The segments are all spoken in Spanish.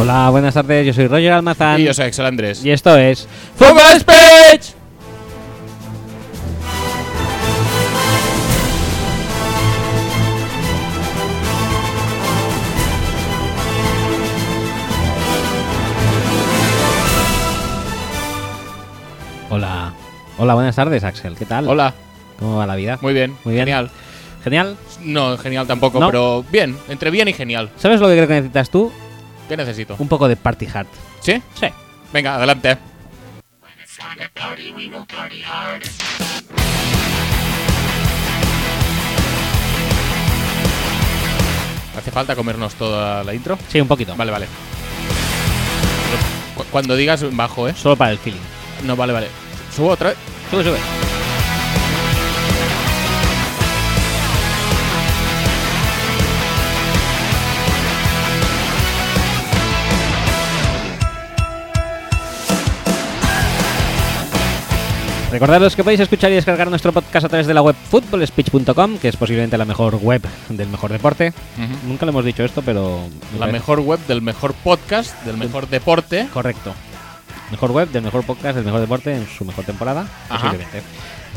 Hola, buenas tardes, yo soy Roger Almazán Y yo soy Axel Andrés. y esto es ¡Fútbol Speech! Hola. Hola, buenas tardes, Axel. ¿Qué tal? Hola, ¿Cómo va la vida? muy bien. Muy bien. Genial. Genial. No, genial tampoco, ¿No? pero bien. Entre bien y genial. ¿Sabes lo que creo que necesitas tú? ¿Qué necesito? Un poco de party hard. ¿Sí? Sí. Venga, adelante. ¿Hace falta comernos toda la intro? Sí, un poquito. Vale, vale. Cu- Cuando digas bajo, ¿eh? Solo para el feeling. No, vale, vale. ¿Subo otra vez? Sube, sube. Recordaros que podéis escuchar y descargar nuestro podcast a través de la web footballspeech.com, que es posiblemente la mejor web del mejor deporte. Nunca lo hemos dicho esto, pero... me La parece- mejor web del mejor podcast, del mejor deporte. Correcto. Mejor web, del mejor podcast, del mejor deporte en su mejor temporada, Ajá. posiblemente.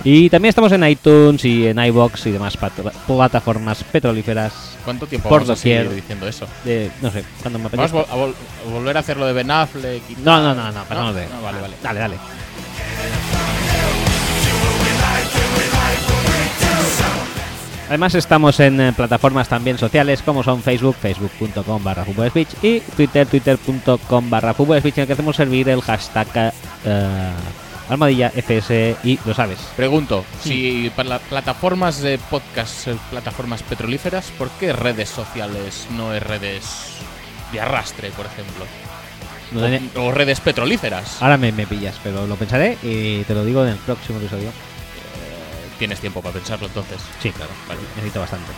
Y también estamos en iTunes y en iBox y demás pat- plataformas petrolíferas. ¿Cuánto tiempo Por vamos a doquier. seguir diciendo eso? De, no sé, cuando me Vamos apetezca. vol- a, vol- a volver a hacer lo de Ben Affleck y- No, no, no, no, pasamos No, de. no, vale, vale. Dale, dale. Además estamos en eh, plataformas también sociales como son Facebook, facebook.com barra speech y Twitter, twitter.com barra speech en el que hacemos servir el hashtag eh, almohadilla FS y lo sabes. Pregunto, si para las plataformas de podcast, eh, plataformas petrolíferas, ¿por qué redes sociales no es redes de arrastre, por ejemplo? No tiene- Ah. O, o redes petrolíferas. Ahora me, me pillas, pero lo pensaré y te lo digo en el próximo episodio. Tienes tiempo para pensarlo entonces. Sí, claro, Vale. necesito bastante.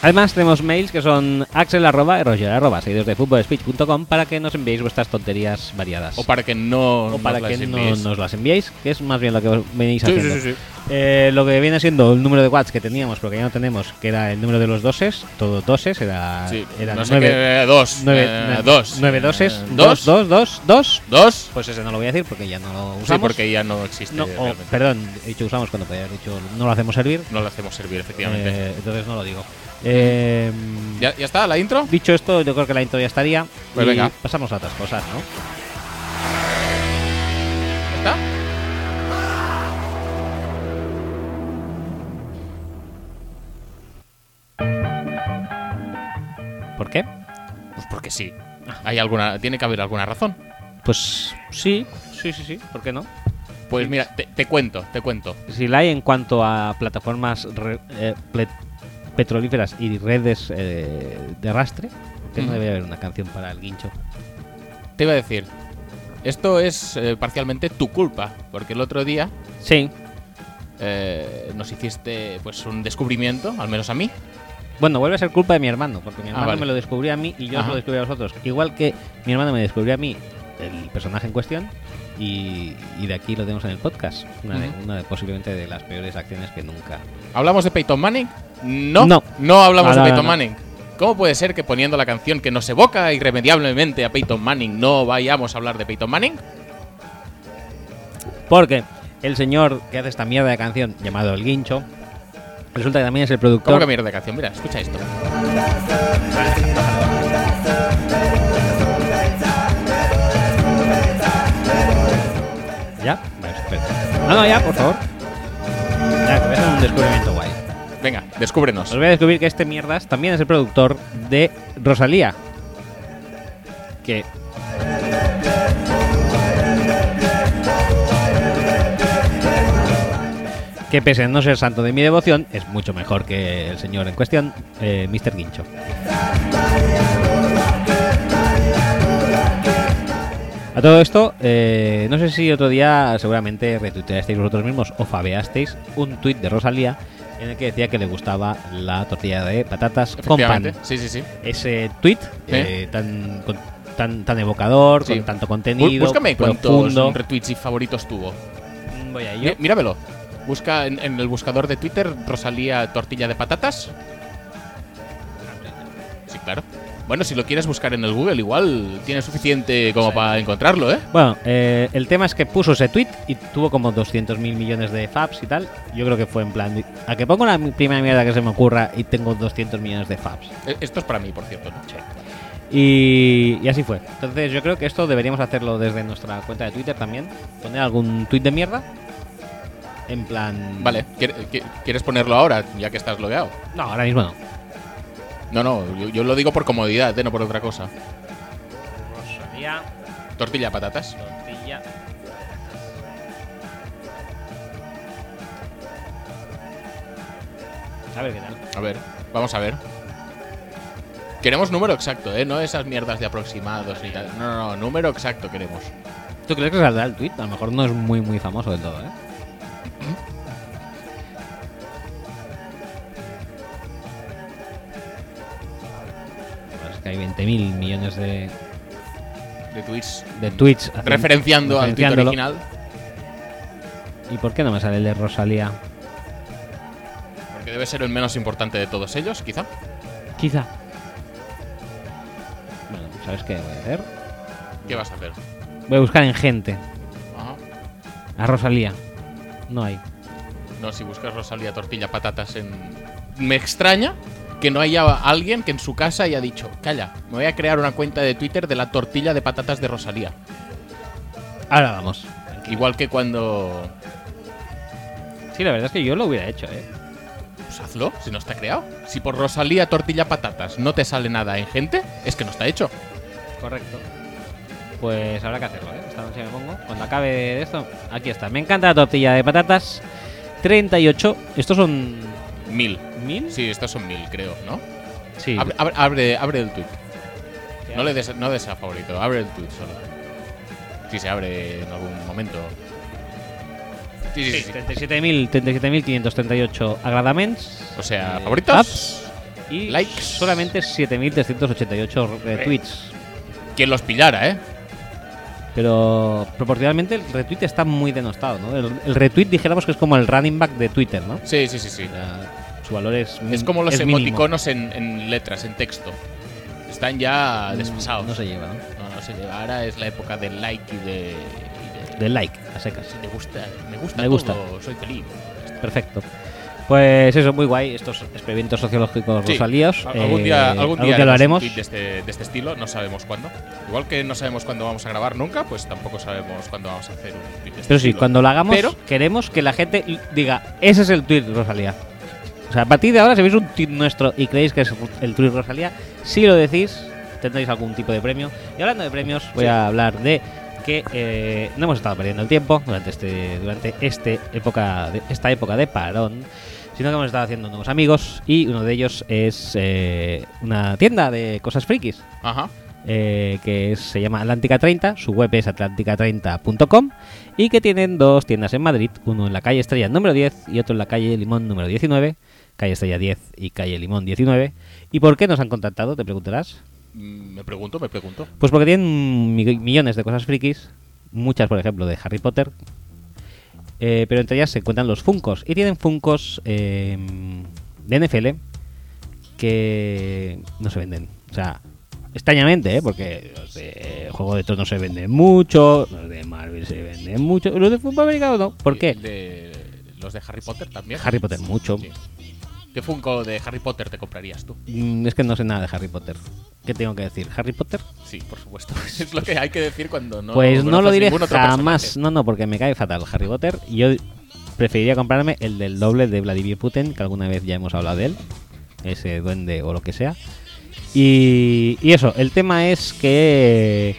Además tenemos mails que son axel arroba y roger arroba, seguidos de futbolspeech.com para que nos enviéis vuestras tonterías variadas. O para que no O para nos que las no enviéis. nos las enviéis, que es más bien lo que os venís Sí, haciendo. sí, sí, sí. Eh, lo que viene siendo el número de watts que teníamos, porque ya no tenemos, que era el número de los doses, todo doses, era, Sí, era no sé nueve- qué, eh, dos. eh, nueve- dos. nueve doses, Eh, dos, dos, dos. dos, dos, ¿Dos? pues ese no lo voy a decir porque este ya no lo usamos. Sí, porque ya no existe. No, oh, o, realmente. perdón, he dicho usamos cuando podía haber dicho no lo hacemos servir. No lo hacemos servir, efectivamente. eh, entonces no lo digo. Eh, ¿Ya, ya está la intro? Dicho esto, yo creo que la intro ya estaría. Pues y venga. Pasamos a otras cosas, ¿no? ¿Ya está? ¿Por qué? Pues porque sí. Hay alguna, tiene que haber alguna razón. Pues sí, sí, sí, sí. ¿Por qué no? Pues Sí. mira, te, te cuento, te cuento. Si la hay en cuanto a plataformas re- eh, ple- petrolíferas y redes eh, de arrastre, que no Ujú. debería haber una canción para el guincho. Te iba a decir, esto es eh, parcialmente tu culpa, porque el otro día Sí. eh, nos hiciste pues un descubrimiento, al menos a mí. Bueno, vuelve a ser culpa de mi hermano, porque mi hermano Ah, vale. me lo descubrió a mí y yo os Ajá. lo descubrí a vosotros. Igual que mi hermano me descubrió a mí el personaje en cuestión y, y de aquí lo tenemos en el podcast. Una, de, Ujú. una de- posiblemente de las peores acciones que nunca. ¿Hablamos de Peyton Manning? No, No. No, no, hablamos de no, Peyton no. Manning. ¿Cómo puede ser que poniendo la canción que nos evoca irremediablemente a Peyton Manning no vayamos a hablar de Peyton Manning? Porque el señor que hace esta mierda de canción llamado El Guincho resulta que también es el ¿Cómo productor. que mierda de canción? Mira, escucha esto. ¿Ya? Vale, espera. No, no, ya, por favor. Ya, que voy a hacer un descubrimiento guay. Venga, descúbrenos. Os voy a descubrir que este mierdas también es el productor de Rosalía. Que. Que pese a no ser santo de mi devoción, es mucho mejor que el señor en cuestión, eh, Mr. Guincho. A todo esto, eh, no sé si otro día seguramente retuiteasteis vosotros mismos o fabeasteis un tuit de Rosalía en el que decía que le gustaba la tortilla de patatas con pan. Efectivamente. Sí, sí, sí. Ese tuit eh, tan, con- tan, tan evocador, Sí. con tanto Bú- contenido, Búscame cuántos profundo. retweets y favoritos tuvo. Mm, Voy a ello. Mi- Míramelo. Busca en, en el buscador de Twitter Rosalía Tortilla de Patatas. Sí, claro. Bueno, si lo quieres buscar en el Google, igual tiene suficiente como para encontrarlo, ¿eh? Bueno, eh, el tema es que puso ese tweet y tuvo como 200 mil millones de faps y tal. Yo creo que fue en plan, a que pongo la primera mierda que se me ocurra y tengo 200 millones de faps. E- Esto es para mí, por cierto. ¿no? Y, y así fue. Entonces yo creo que esto deberíamos hacerlo desde nuestra cuenta de Twitter también. Poner algún tweet de mierda. En plan... Vale, ¿quiere- qui- ¿quieres ponerlo ahora, ya que estás logueado? No, ahora mismo no. No, no, yo, yo lo digo por comodidad, ¿eh? no por otra cosa. Rosalía, Tortilla de patatas. tortilla. A ver qué tal. A ver, vamos a ver. Queremos número exacto, ¿eh? No esas mierdas de aproximados y tal. No, no, no, número exacto queremos. ¿Tú crees que saldrá el tweet? A lo mejor no es muy, muy famoso del todo, ¿eh? Pues Es que hay 20.000 millones de, De tweets. de tweets. haciendo- Referenciando al tweet referenciándolo. original. ¿Y por qué no me sale el de Rosalía? Porque debe ser el menos importante de todos ellos, quizá. Quizá. Bueno, ¿sabes qué voy a hacer? ¿Qué vas a hacer? Voy a buscar en gente. Ajá. A Rosalía. No hay. No, si buscas Rosalía Tortilla Patatas en. Me extraña que no haya alguien que en su casa haya dicho: Calla, me voy a crear una cuenta de Twitter de la tortilla de patatas de Rosalía. Ahora vamos. Igual que cuando. Sí, la verdad es que yo lo hubiera hecho, ¿eh? Pues hazlo, si no está creado. Si por Rosalía Tortilla Patatas no te sale nada en gente, es que no está hecho. Correcto. Pues habrá que hacerlo, ¿eh? Esta noche me pongo. Cuando acabe de esto, aquí está. Me encanta la tortilla de patatas. 38. ¿Estos son Mil. mil? Sí, estos son mil, creo, ¿no? Sí. Abre, abre, abre, abre el tweet. No le des, no des a favorito, abre el tweet solo. Si se abre en algún momento. Sí, sí, sí. sí. 37.000, 37.538 agradaments. O sea, eh, favoritos. apps, y likes. solamente 7.388 retweets. Quien los pillara, ¿eh? Pero proporcionalmente el retweet está muy denostado, ¿no? El, el retweet dijéramos que es como el running back de Twitter, ¿no? Sí, sí, sí, sí. O sea, su valor es min- Es como los Mm, mínimo. emoticonos en, en letras, en texto. Están ya desfasados. Mm, No se lleva, ¿no? No, no se lleva. Ahora es la época del like y de. y de- Del like, a secas. si me gusta, me gusta, Me gusta. todo, soy feliz. Perfecto. Pues eso, muy guay, estos experimentos sociológicos Sí. rosalíos. Al- algún Eh, día, algún día lo haremos haremos. un tweet de este, de este estilo, no sabemos cuándo. Igual que no sabemos cuándo vamos a grabar nunca, pues tampoco sabemos cuándo vamos a hacer un tweet de este Pero sí, estilo. cuando lo hagamos, Pero- queremos que la gente l- diga, ese es el tweet Rosalía. O sea, a partir de ahora, si veis un tweet nuestro y creéis que es el tweet Rosalía, si lo decís, tendréis algún tipo de premio. Y hablando de premios, voy a hablar de que eh, no hemos estado perdiendo el tiempo durante este durante este época de, esta época de parón, sino que hemos estado haciendo nuevos amigos y uno de ellos es eh, una tienda de cosas frikis Ajá. eh, que es- se llama Atlántica 30, su web es atlántica30.com y que tienen dos tiendas en Madrid, uno en la calle Estrella número 10 y otro en la calle Limón número 19, calle Estrella 10 y calle Limón 19. ¿Y por qué nos han contactado? Te preguntarás. Mm, Me pregunto, me pregunto. Pues porque tienen mi- millones de cosas frikis, muchas por ejemplo de Harry Potter, eh, pero entre ellas se encuentran los Funcos y tienen Funcos eh, de NFL que no se venden. O sea, extrañamente, ¿eh? porque los de Juego de Tronos se venden mucho, los de Marvel se venden mucho, los de fútbol americano no. ¿Por Y qué? el de- los de Harry Potter también. Harry Potter mucho. Sí. ¿Qué Funko de Harry Potter te comprarías tú? Mm, Es que no sé nada de Harry Potter. ¿Qué tengo que decir? ¿Harry Potter? Sí, por supuesto. es lo que hay que decir cuando no. pues no lo conoces diré ningún otro jamás. personaje. No, no, porque me cae fatal Harry Potter. Y Yo preferiría comprarme el del doble de Vladimir Putin, que alguna vez ya hemos hablado de él. Ese duende o lo que sea. Y, y eso, el tema es que.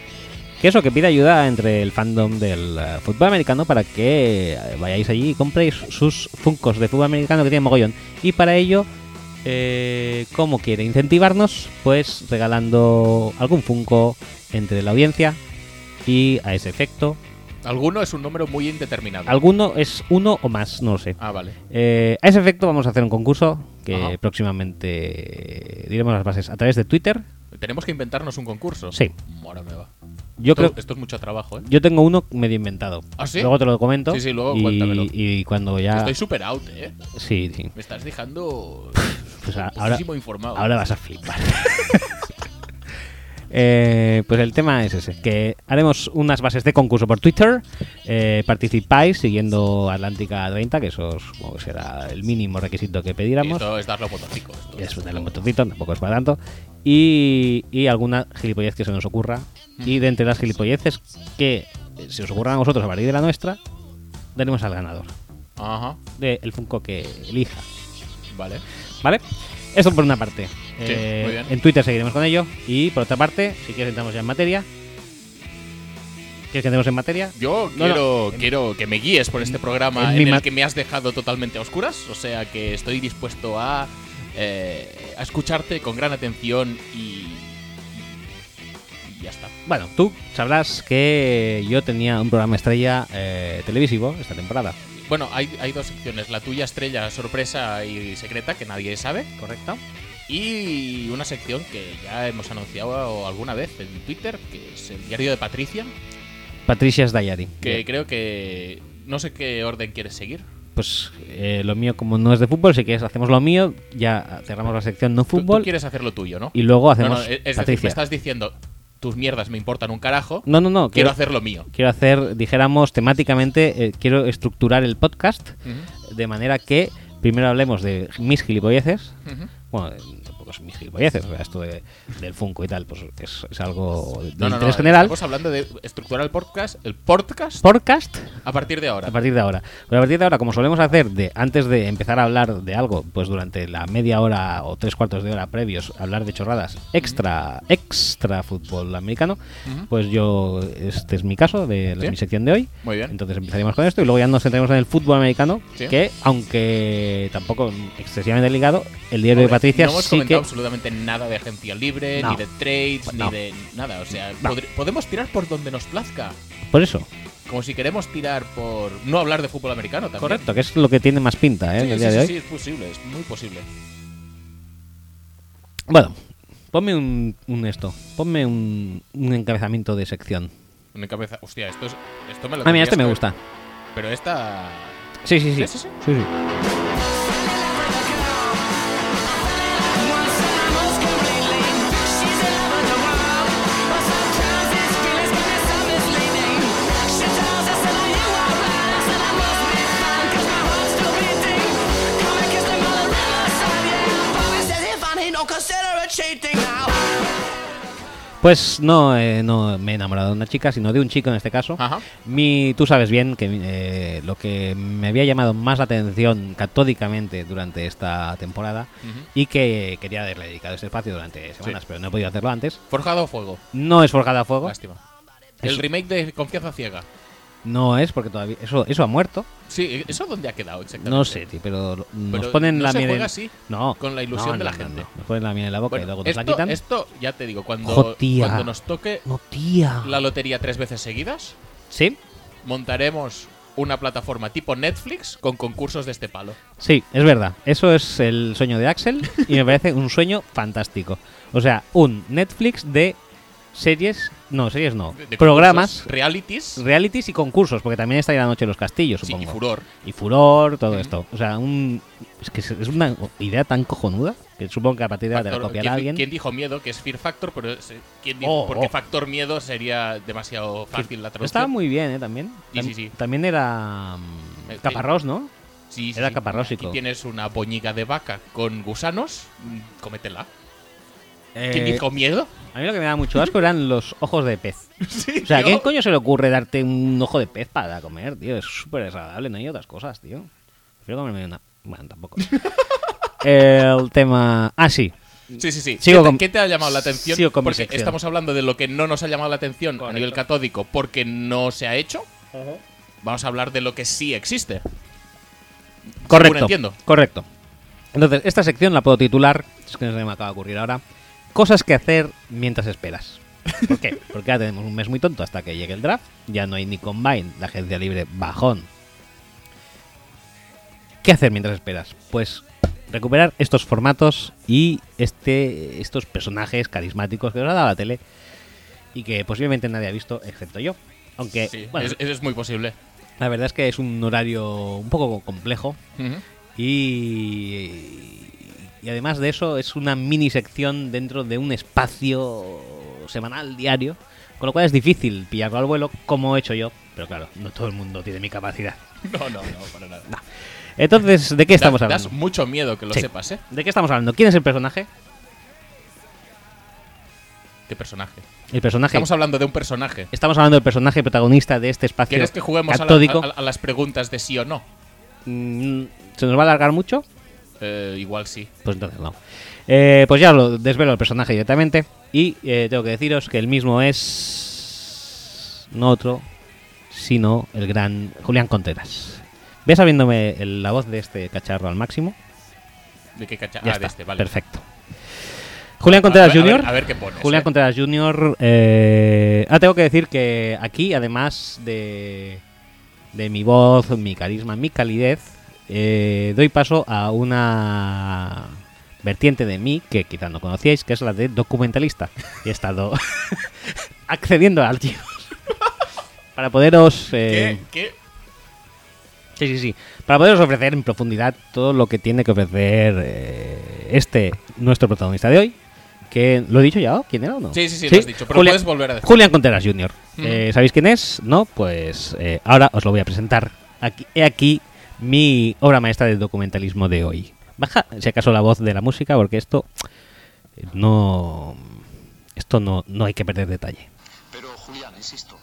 Que eso, que pide ayuda entre el fandom del eh, fútbol americano para que eh, vayáis allí y compréis sus funcos de fútbol americano que tienen mogollón. Y para ello, eh, ¿cómo quiere incentivarnos? Pues regalando algún funco entre la audiencia y a ese efecto. Alguno es un número muy indeterminado. Alguno es uno o más, no lo sé. ah, vale. Eh, a ese efecto vamos a hacer un concurso que Ajá. próximamente diremos las bases a través de Twitter. Tenemos que inventarnos un concurso. Sí. Ahora me va. Yo esto, creo, esto es mucho trabajo, ¿eh? yo tengo uno medio inventado. ¿Ah, sí? Luego te lo comento. Sí, sí, luego y, cuéntamelo. y cuando ya. Estoy super out, ¿eh? Sí, sí. Me estás dejando Pues a- ahora, muchísimo informado. ahora vas a flipar. Eh, pues el tema es ese, que haremos unas bases de concurso por Twitter. Eh, participáis siguiendo Atlántica 30, que eso es, supongo que será el mínimo requisito que Y pediéramos. esto es darlo a botoncito, esto Es un botoncito, tampoco es para tanto. Y, y alguna gilipollez que se nos ocurra. Y de entre las gilipolleces que eh, se os ocurran a vosotros a partir de la nuestra, daremos al ganador Ajá, del Funko que elija. vale. ¿Vale? Eso por una parte. Eh, muy bien. En Twitter seguiremos con ello. Y por otra parte, si quieres entramos ya en materia. ¿Quieres que entremos en materia? Yo No, quiero, quiero que me guíes por este programa en en, mi el mat- que me has dejado totalmente a oscuras. O sea que estoy dispuesto a, eh, a escucharte con gran atención y. y ya está. Bueno, tú sabrás que yo tenía un programa estrella eh, televisivo esta temporada. Bueno, hay, hay dos secciones: la tuya estrella, sorpresa y secreta, que nadie sabe. ¿Correcto? Y una sección que ya hemos anunciado alguna vez en Twitter, que es el diario de Patricia. Patricia's Diary. Que creo que. No sé qué orden quieres seguir. Pues eh, lo mío, como no es de fútbol, si quieres hacemos lo mío, ya cerramos la sección no Tú- Tú, fútbol quieres hacer lo tuyo, ¿no? y luego No, no, hacemos es es decir, me Patricia. estás diciendo, tus mierdas me importan un carajo, No, no, no. quiero Quiero, hacer lo mío. quiero hacer, dijéramos temáticamente, eh, quiero estructurar el podcast de manera que primero hablemos de mis gilipolleces. Ujú. Bueno, eh, tampoco son mis gilipolleces, o sea, esto de- del Funko y tal, pues es, es algo de No, eh, no, no, interés general. Estamos hablando de estructurar el podcast, el podcast Podcast a partir de a ahora. partir de ahora. Pues a partir de ahora, como solemos hacer de antes de empezar a hablar de algo, pues durante la media hora o tres cuartos de hora previos, hablar de chorradas extra, extra fútbol americano, Ujú. pues yo, este es mi caso de la- Sí. mi sección de hoy. Muy bien. Entonces empezaríamos con esto y luego ya nos centraremos en el fútbol americano, Sí. que aunque tampoco excesivamente ligado, el diario de Hombre, Patricia Pues, no hemos sí comentado que absolutamente nada de agencia libre, No. ni de trades, No. ni de nada. O sea, No. podri- podemos tirar por donde nos plazca. por eso, Como si queremos tirar por no hablar de fútbol americano también. correcto, que es lo que tiene más pinta ¿eh? Sí, en el sí, día sí, de hoy. sí, es posible, es muy posible. Bueno, ponme un, un esto, ponme un, un encabezamiento de sección. Una cabeza. Hostia, esto, es, esto me lo. Ah, mira, tendrías este me que- gusta. Pero esta. Sí, sí, sí. ¿Es ese? Sí, sí. Cheating now. Pues no, eh, no me he enamorado de una chica, sino de un chico en este caso. Ajá. Mi, tú sabes bien que eh, lo que me había llamado más la atención catódicamente durante esta temporada Ujú. y que quería haberle dedicado este espacio durante semanas, pero no he podido hacerlo antes. Forjado a fuego. No es Forjada a Fuego, Lástima. El remake de Confianza Ciega. no es porque todavía. Eso, eso ha muerto. Sí, ¿e-, ¿eso dónde ha quedado exactamente? No sé, tío, pero lo- nos Pero ponen no la se miel juega en- así, No, con la ilusión no, de la no, gente. no, no. Nos ponen la miel en la boca Bueno, y luego nos esto, la quitan. esto, ya te digo, cuando, Jotía. cuando nos toque No, tía. la lotería tres veces seguidas, Sí, montaremos una plataforma tipo Netflix con concursos de este palo. sí, es verdad. Eso es el sueño de Axel y me parece un sueño fantástico. O sea, un Netflix de series, no, series no, De- de programas, concursos, realities realities y concursos, porque también está ahí la noche de los castillos, sí, supongo. y furor. Y furor, todo Ujú. esto. O sea, un, es que es es una idea tan cojonuda que supongo que a partir de ahora te la Factor- copiará ¿quién, alguien. quién dijo miedo? Que es Fear Factor, pero es- eh, ¿quién dijo? Oh, porque oh. Factor Miedo sería demasiado fácil la traducción. Estaba muy bien, ¿eh? También. Sí, Tam- sí, sí. También era. mm, Eh, Caparrós, ¿no? Sí, sí, Era sí. caparrósico. Aquí tienes una boñiga de vaca con gusanos, mm, cómetela. ¿Quién Eh, dijo miedo? A mí lo que me da mucho asco eran los ojos de pez. Sí, O sea, ¿a yo- quién coño se le ocurre darte un ojo de pez para comer, tío? Es súper desagradable, no hay otras cosas, tío. Prefiero comerme una. Bueno, tampoco. El tema. Ah, sí. Sí, sí, sí. Sigo ¿Qué, te, con- qué te ha llamado la atención? sigo con mi porque sección. estamos hablando de lo que no nos ha llamado la atención a nivel catódico porque no se ha hecho. Vamos a hablar de lo que sí existe. Correcto. Según entiendo. Correcto. Entonces, esta sección la puedo titular, es que no se me acaba de ocurrir ahora, cosas que hacer mientras esperas. ¿Por qué? Porque ahora tenemos un mes muy tonto hasta que llegue el draft, ya no hay ni combine, la agencia libre bajón. ¿Qué hacer mientras esperas? Pues recuperar estos formatos y este, estos personajes carismáticos que nos ha dado la tele y que posiblemente nadie ha visto excepto yo. Aunque, Sí, Eh, bueno, es, es muy posible. la verdad es que es un horario un poco complejo Ujú. y, y además de eso es una mini sección dentro de un espacio semanal, diario, con lo cual es difícil pillarlo al vuelo como he hecho yo, pero claro, no todo el mundo tiene mi capacidad. No, no, no, para nada. Entonces, ¿de qué estamos Da- hablando? Das mucho miedo que lo Sí. sepas, ¿eh? ¿De qué estamos hablando? ¿Quién es el personaje? ¿Qué personaje? El personaje. Estamos hablando de un personaje. Estamos hablando del personaje protagonista de este espacio ¿Quieres que juguemos a, la- catódico. a- a las preguntas de sí o no? Mm, ¿Se nos va a alargar mucho? Eh, igual sí. Pues entonces no. Eh, pues ya lo desvelo el personaje directamente. Y eh, tengo que deciros que el mismo es. No otro, sino el gran Julián Contreras. ¿Ves sabiéndome el- la voz de este cacharro al máximo? ¿De qué cacha? Ya ah, está, de este, vale. perfecto. Julián A- a Contreras ver- a ver- Jr. A ver qué pones. Julián eh. Contreras Jr. eh, ah, tengo que decir que aquí, además de, de mi voz, mi carisma, mi calidez, eh, doy paso a una vertiente de mí que quizás no conocíais, que es la de documentalista. Y he estado accediendo a archivos para poderos... eh, ¿Qué? ¿Qué? Sí, sí, sí. Para poderos ofrecer en profundidad todo lo que tiene que ofrecer eh, este, nuestro protagonista de hoy. Que, ¿Lo he dicho ya? o ¿Quién era o no? Sí, sí, sí, lo has dicho, pero puedes volver a decir. Mm. Julián Contreras Jr. Ujú. Eh, ¿Sabéis quién es? No, pues eh, ahora os lo voy a presentar. Aquí, he aquí mi obra maestra del documentalismo de hoy. Baja, si acaso, la voz de la música, porque esto eh, no... Esto no, no hay que perder detalle. Pero Julián, insisto,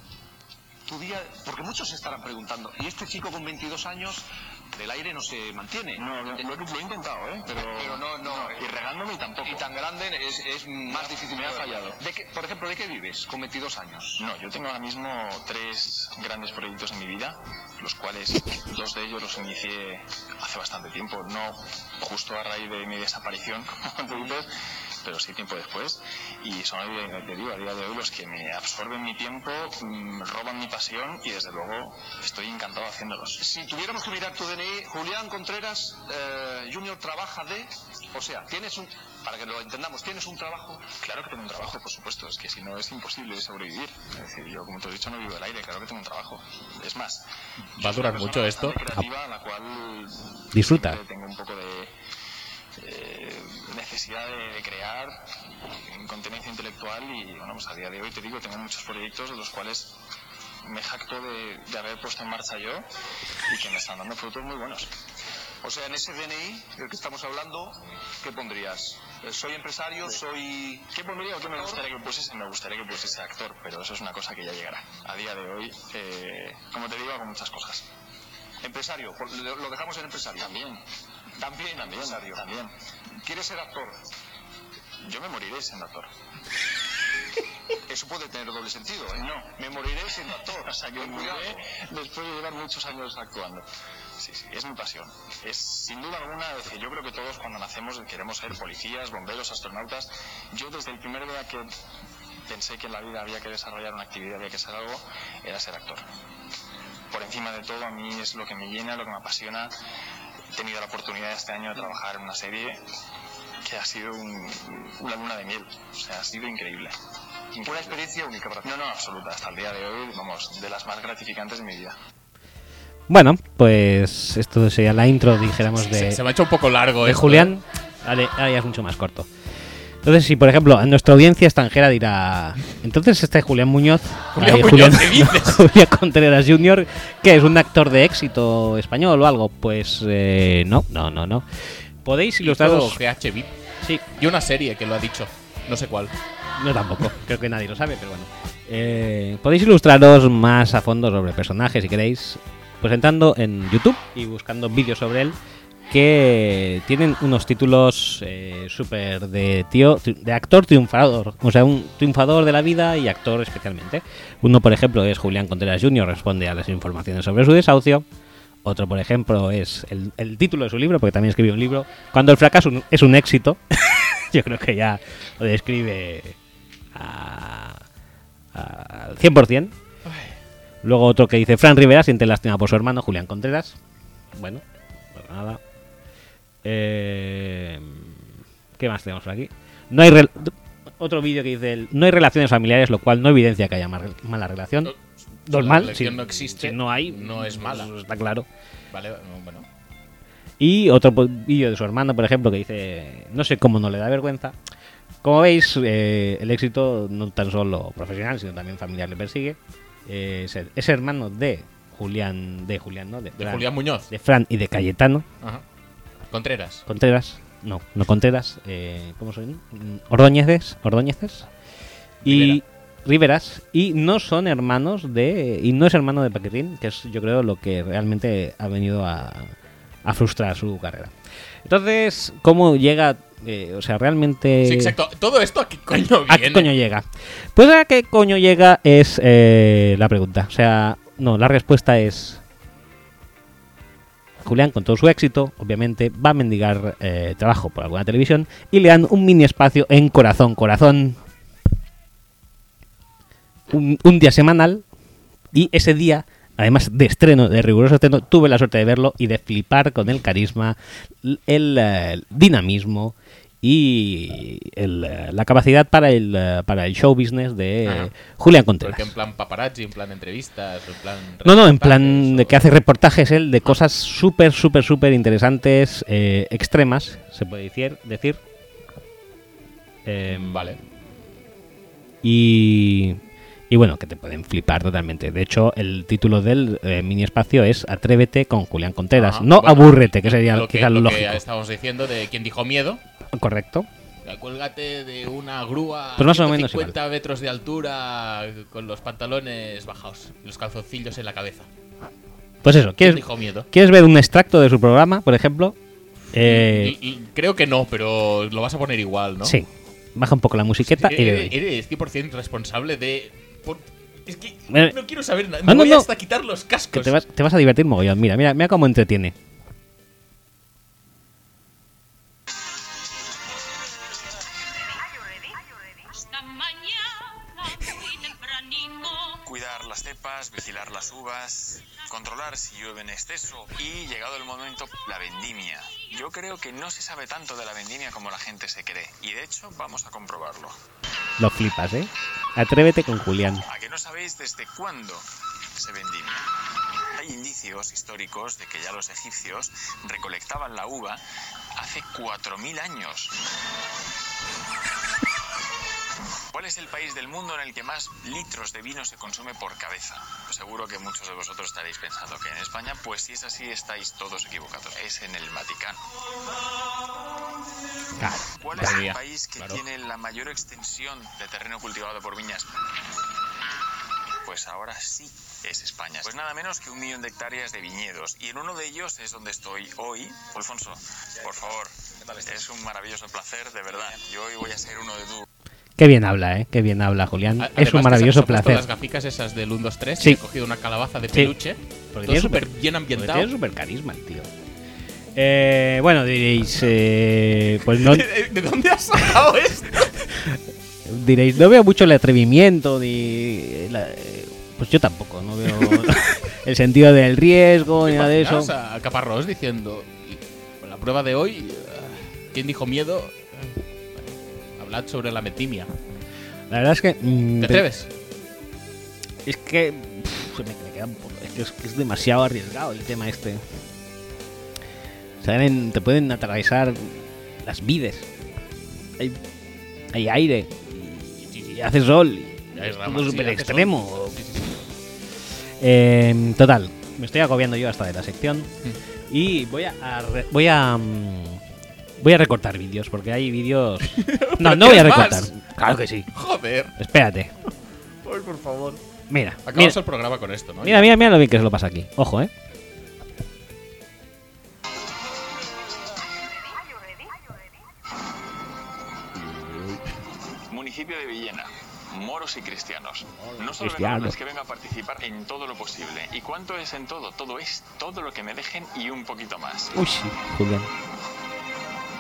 tu día, porque muchos se estarán preguntando, ¿y este chico con 22 años del aire no se mantiene? No, no, lo he intentado, ¿eh? Pero, no, no, y regándome tampoco. Y tan grande es, es más difícil. Me ha fallado. ¿De qué- por ejemplo, ¿de qué vives con 22 años? No, yo tengo ahora mismo tres grandes proyectos en mi vida, los cuales dos de ellos los inicié hace bastante tiempo, no justo a raíz de mi desaparición, como tú dices, pero sí tiempo después. Y son, eh, te digo, a día de hoy los que me absorben mi tiempo, mm, roban mi pasión y desde luego estoy encantado haciéndolos. Si tuviéramos que mirar tu DNI, Julián Contreras eh, Junior trabaja de, o sea, tienes un, para que lo entendamos, tienes un trabajo. Claro que tengo un trabajo, por supuesto, es que si no es imposible sobrevivir. Es decir, yo como te he dicho no vivo del aire, claro que tengo un trabajo. Es más, ¿Va a durar mucho esto? creativa, la cual Disfruta. siempre tengo un poco de eh, necesidad de, de crear eh, con tenencia intelectual y bueno, pues a día de hoy te digo, tengo muchos proyectos de los cuales me jacto de, de haber puesto en marcha yo y que me están dando frutos muy buenos. O sea, en ese DNI del que estamos hablando, ¿qué pondrías? Eh, Soy empresario, soy... ¿Qué pondría o qué me gustaría que pusiese? Me gustaría que pusiese actor, pero eso es una cosa que ya llegará. A día de hoy, eh, como te digo, hago muchas cosas. Empresario, por- lo lo dejamos en empresario. También, También, también, empresario. también. ¿Quieres ser actor? Yo me moriré siendo actor. Eso puede tener doble sentido, ¿eh? No, me moriré siendo actor. O sea, que moriré después de llevar muchos años actuando. Sí, sí, es mi pasión. Es sin duda alguna, es decir, yo creo que todos cuando nacemos queremos ser policías, bomberos, astronautas. Yo desde el primer día que pensé que en la vida había que desarrollar una actividad, había que hacer algo, era ser actor. Por encima de todo, a mí es lo que me llena, lo que me apasiona. He tenido la oportunidad este año de trabajar en una serie que ha sido un- una luna de miel. O sea, ha sido increíble. Una experiencia única para ti. No, no, absoluta. Hasta el día de hoy, vamos, de las más gratificantes de mi vida. Bueno, pues esto sería la intro, dijéramos, de, Se, se me ha hecho un poco largo, de esto, Julián, vale, ahora ya es mucho más corto. Entonces, si por ejemplo nuestra audiencia extranjera dirá, entonces este Julián Muñoz, Eh, Julián Muñoz, ¿qué dices? Julián Contreras Jr., que es un actor de éxito español o algo, pues eh, no, no, no, no. Podéis Hizo ilustraros. GH VIP. Sí, Y una serie que lo ha dicho. No sé cuál. no tampoco, creo que nadie lo sabe, pero bueno. Eh, podéis ilustraros más a fondo sobre el personaje si queréis, pues entrando en YouTube y buscando vídeos sobre él que tienen unos títulos eh, súper de tío, de actor triunfador, o sea, un triunfador de la vida y actor especialmente. Uno, por ejemplo, es Julián Contreras Jr., responde a las informaciones sobre su desahucio. Otro, por ejemplo, es el, el título de su libro, porque también escribió un libro, Cuando el fracaso es un éxito. Yo creo que ya lo describe a- a- al 100%. Luego otro que dice, Fran Rivera siente lástima por su hermano, Julián Contreras. Bueno, para nada. Eh, ¿Qué más tenemos por aquí? No hay... rel- Otro vídeo que dice, el, no hay relaciones familiares, lo cual no evidencia que haya mar- mala relación. No, Normal, la si relación no existe, si no hay, no es mala. pues Está claro. Vale, no, bueno. Y otro po- vídeo de su hermano, por ejemplo, que dice, no sé cómo no le da vergüenza. Como veis, eh, el éxito no tan solo profesional, sino también familiar le persigue. Eh, es, el- es hermano de Julián, de Julián, ¿no? De, De Fran, Julián Muñoz. de Fran y de Cayetano. Ajá. Contreras. Contreras, no, no Contreras, eh, ¿cómo son? Mm, Ordóñezes, Ordóñezes y Riveras y no son hermanos de y no es hermano de Paquetín, que es yo creo lo que realmente ha venido a, a frustrar su carrera. Entonces, ¿cómo llega? eh, o sea, realmente Sí, exacto. Todo esto aquí, coño, ¿A viene. qué coño llega? Pues a qué coño llega es eh, la pregunta. O sea, no, la respuesta es... Julián, con todo su éxito, obviamente, va a mendigar eh, trabajo por alguna televisión y le dan un mini espacio en Corazón, Corazón. Un, un día semanal y ese día, además de estreno, de riguroso estreno, tuve la suerte de verlo y de flipar con el carisma, l- el, eh, dinamismo y el, eh, la capacidad para el, eh, para el show business de Ajá. Julián Ah, Porque Contreras. en plan paparazzi, en plan entrevistas, en plan. No, no, en plan reportajes de o- que hace reportajes él de cosas súper, súper, súper interesantes, eh, extremas, se puede decir. decir. Em, Vale. y, y bueno, que te pueden flipar totalmente. De hecho, el título del eh, mini espacio es Atrévete con Julián Conteras. Ajá, no Ah, bueno, Aburrete, que sería lo que, quizá lo lo que lógico. estábamos diciendo de quien dijo miedo. Correcto. Cuélgate de una grúa Pues más o menos 50 metros de altura con los pantalones bajados y los calzoncillos en la cabeza. Pues eso, ¿Quién ¿quieres, dijo miedo? ¿quieres ver un extracto de su programa, por ejemplo? Eh, Y- y creo que no, pero lo vas a poner igual, ¿no? eh, Sí. Baja un poco la musiqueta y le doy. Eres, eres 100% responsable de... por- Es que Eh, no quiero saber nada. no, Me voy no. hasta a quitar los Que cascos. te vas, te vas a divertir mogollón. Mira, mira, mira cómo entretiene. Esta mañana muy tempranito Cuidar las cepas, vigilar las uvas, controlar si llueve en exceso y, llegado el momento, la vendimia. Yo creo que no se sabe tanto de la vendimia como la gente se cree y, de hecho, vamos a comprobarlo. Lo flipas, ¿eh? Atrévete con Julián. ¿A que no sabéis desde cuándo se vendimia? Hay indicios históricos de que ya los egipcios recolectaban la uva hace 4.000 años. ¿Cuál es el país del mundo en el que más litros de vino se consume por cabeza? Seguro que muchos de vosotros estaréis pensando que en España, pues si es así estáis todos equivocados. Es en el Vaticano. Claro. ¿Cuál es el Todavía, país que Ah, claro. tiene la mayor extensión de terreno cultivado por viñas? Pues ahora sí es España. Pues nada menos que un millón de hectáreas de viñedos. Y en uno de ellos es donde estoy hoy. Alfonso, por favor, es un maravilloso placer, de verdad. Yo hoy voy a ser uno de tus Qué bien habla, ¿eh? Qué bien habla Julián. A- es además que un se- maravilloso se ha puesto placer. las gaficas esas del 1, 2, 3 Sí. y ha cogido una calabaza de Sí. peluche. Porque todo tiene súper súper- bien ambientado. Tiene súper carisma el tío. Eh, bueno, diréis, eh, pues no, ¿De de dónde has sacado esto? diréis, no veo mucho el atrevimiento ni... la- eh, pues yo tampoco, no veo el sentido del riesgo ni nada de eso. Imaginas A Caparrós diciendo, "Y con la prueba de hoy, eh, ¿quién dijo miedo? Eh, bueno, Hablad sobre la metimia. La verdad es que... mm, ¿Te atreves? Es que... pff, se me, me queda un poco- es, que es que es demasiado arriesgado el tema este. Saben, te pueden atravesar las vides. Hay, hay aire. Y, y- y hace sol. y Hay es ramas, todo sí, súper hace extremo. sol. Sí, sí, sí. Eh, total, me estoy agobiando yo hasta de la sección. Y voy a, a re- voy a mm, voy a recortar vídeos porque hay vídeos. No, no voy a tienes recortar. más. Claro que sí. Joder, Espérate. Ay, por favor. Mira, Acabamos mira, el programa con esto, ¿no? mira, mira, mira lo bien que se lo pasa aquí. Ojo, eh. Municipio de Villena, moros y cristianos. No solo Cristianos. vengan, es que vengan a participar en todo lo posible. ¿Y cuánto es en todo? Todo es todo lo que me dejen y un poquito más. Uy, sí, Julián.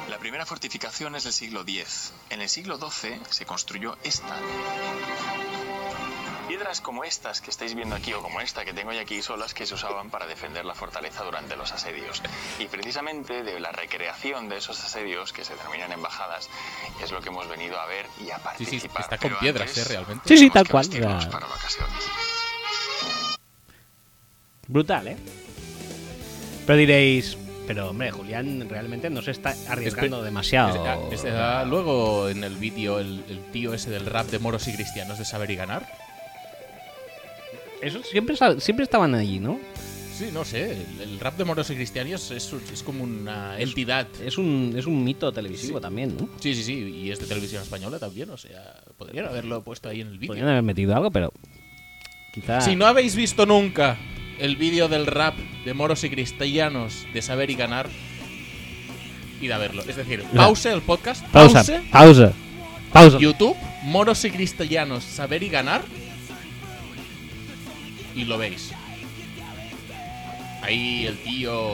La primera fortificación es del siglo X. En el siglo XII se construyó esta. Piedras como estas que estáis viendo aquí o como esta que tengo yo aquí son las que se usaban para defender la fortaleza durante los asedios. Y precisamente de la recreación de esos asedios que se denominan embajadas es lo que hemos venido a ver y a Sí, participar. sí, está con Pero piedras, eh, antes, realmente. Sí, sí, tenemos tal que cual. vestirnos ya. para la ocasión. Brutal, ¿eh? Pero diréis, pero hombre, Julián realmente no se está arriesgando Espe- demasiado. Es- ah, luego en el vídeo el, el tío ese del rap de moros y cristianos de saber y ganar. Eso siempre, sa- siempre estaban allí, ¿no? Sí, no sé. El, el rap de moros y cristianos es, un- es como una entidad. Es un, es un mito televisivo también, ¿no? Sí, sí, sí. Y es de televisión española también. O sea, podrían haberlo puesto ahí en el vídeo. Podrían haber metido algo, pero quizá... Si no habéis visto nunca el vídeo del rap de moros y cristianos de saber y ganar, id a verlo. Es decir, pause el podcast, Pausa, pause pausa, pausa. YouTube, moros y cristianos, saber y ganar, y lo veis. Ahí el tío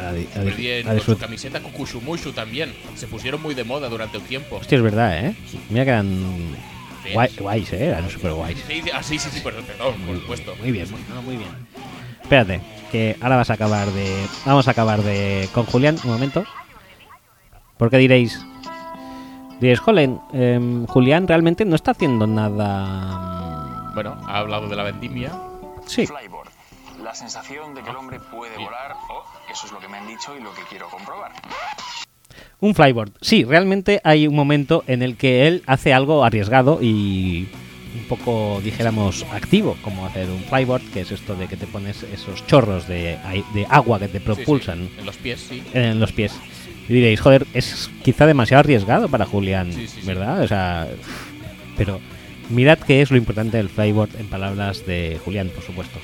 A di- a súper di- bien, a con su disfrut- camiseta Kukushumushu también. Se pusieron muy de moda durante un tiempo. Hostia, es verdad, ¿eh? Mira que eran Sí. guay, guays, ¿eh? Eran súper guays. Sí, sí, ah, sí, sí, sí, perdón, perdón, por supuesto. Muy bien, no, muy bien. Espérate, que ahora vas a acabar de... Vamos a acabar de... Con Julián, un momento. Porque diréis... Diréis, jolen, em, Julián realmente no está haciendo nada... mm, Bueno, ha hablado de la vendimia. Sí, Flyboard. La sensación de que el hombre puede Bien. volar, o eso es lo que me han dicho y lo que quiero comprobar. un flyboard. Sí, realmente hay un momento en el que él hace algo arriesgado y un poco, dijéramos, activo, como hacer un flyboard, que es esto de que te pones esos chorros de, ai- de agua que te Sí, sí, propulsan en los pies, sí. en los pies. Y diréis, joder, es quizá demasiado arriesgado para Julián, Sí, sí, sí. ¿verdad? O sea, pero mirad qué es lo importante del flyboard en palabras de Julián, por supuesto.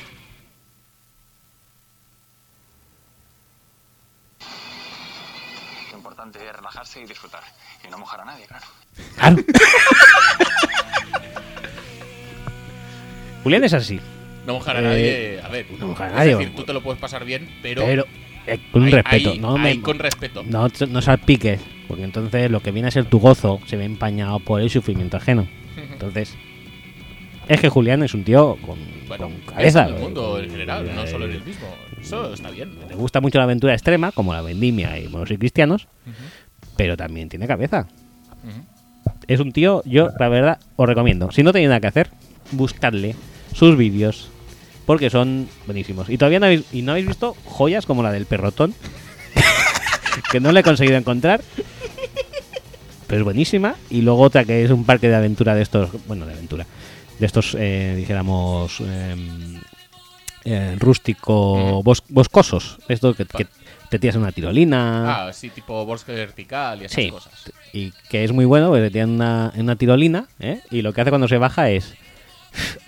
Lo importante es relajarse y disfrutar. Y no mojar a nadie, claro. Claro. Julián es así, No mojar a Eh, nadie. A ver, no mojar a es nadie. decir, tú te lo puedes pasar bien, pero. pero, eh, con ahí- respeto. ahí- no ahí me- con respeto. No, te- no salpiques, porque entonces lo que viene a ser tu gozo se ve empañado por el sufrimiento ajeno. Entonces, es que Julián es un tío con, Bueno, con es cabeza. en el mundo en general, eh, no solo en eh, el mismo. Eso está bien. Le gusta mucho la aventura extrema, como la vendimia y monos y cristianos, pero también tiene cabeza. Es un tío, yo la verdad os recomiendo. Si no tenéis nada que hacer, buscadle sus vídeos, porque son buenísimos. Y todavía no habéis, y no habéis visto joyas como la del perrotón, que no le he conseguido encontrar, pero es buenísima. Y luego otra que es un parque de aventura de estos, bueno, de aventura, de estos, eh, dijéramos, em, eh, rústico, bos- boscosos, estos que, que te tiras en una tirolina Ah, sí, tipo bosque vertical y esas sí. cosas. Y que es muy bueno, porque tiene una, una tirolina, ¿eh? Y lo que hace cuando se baja es.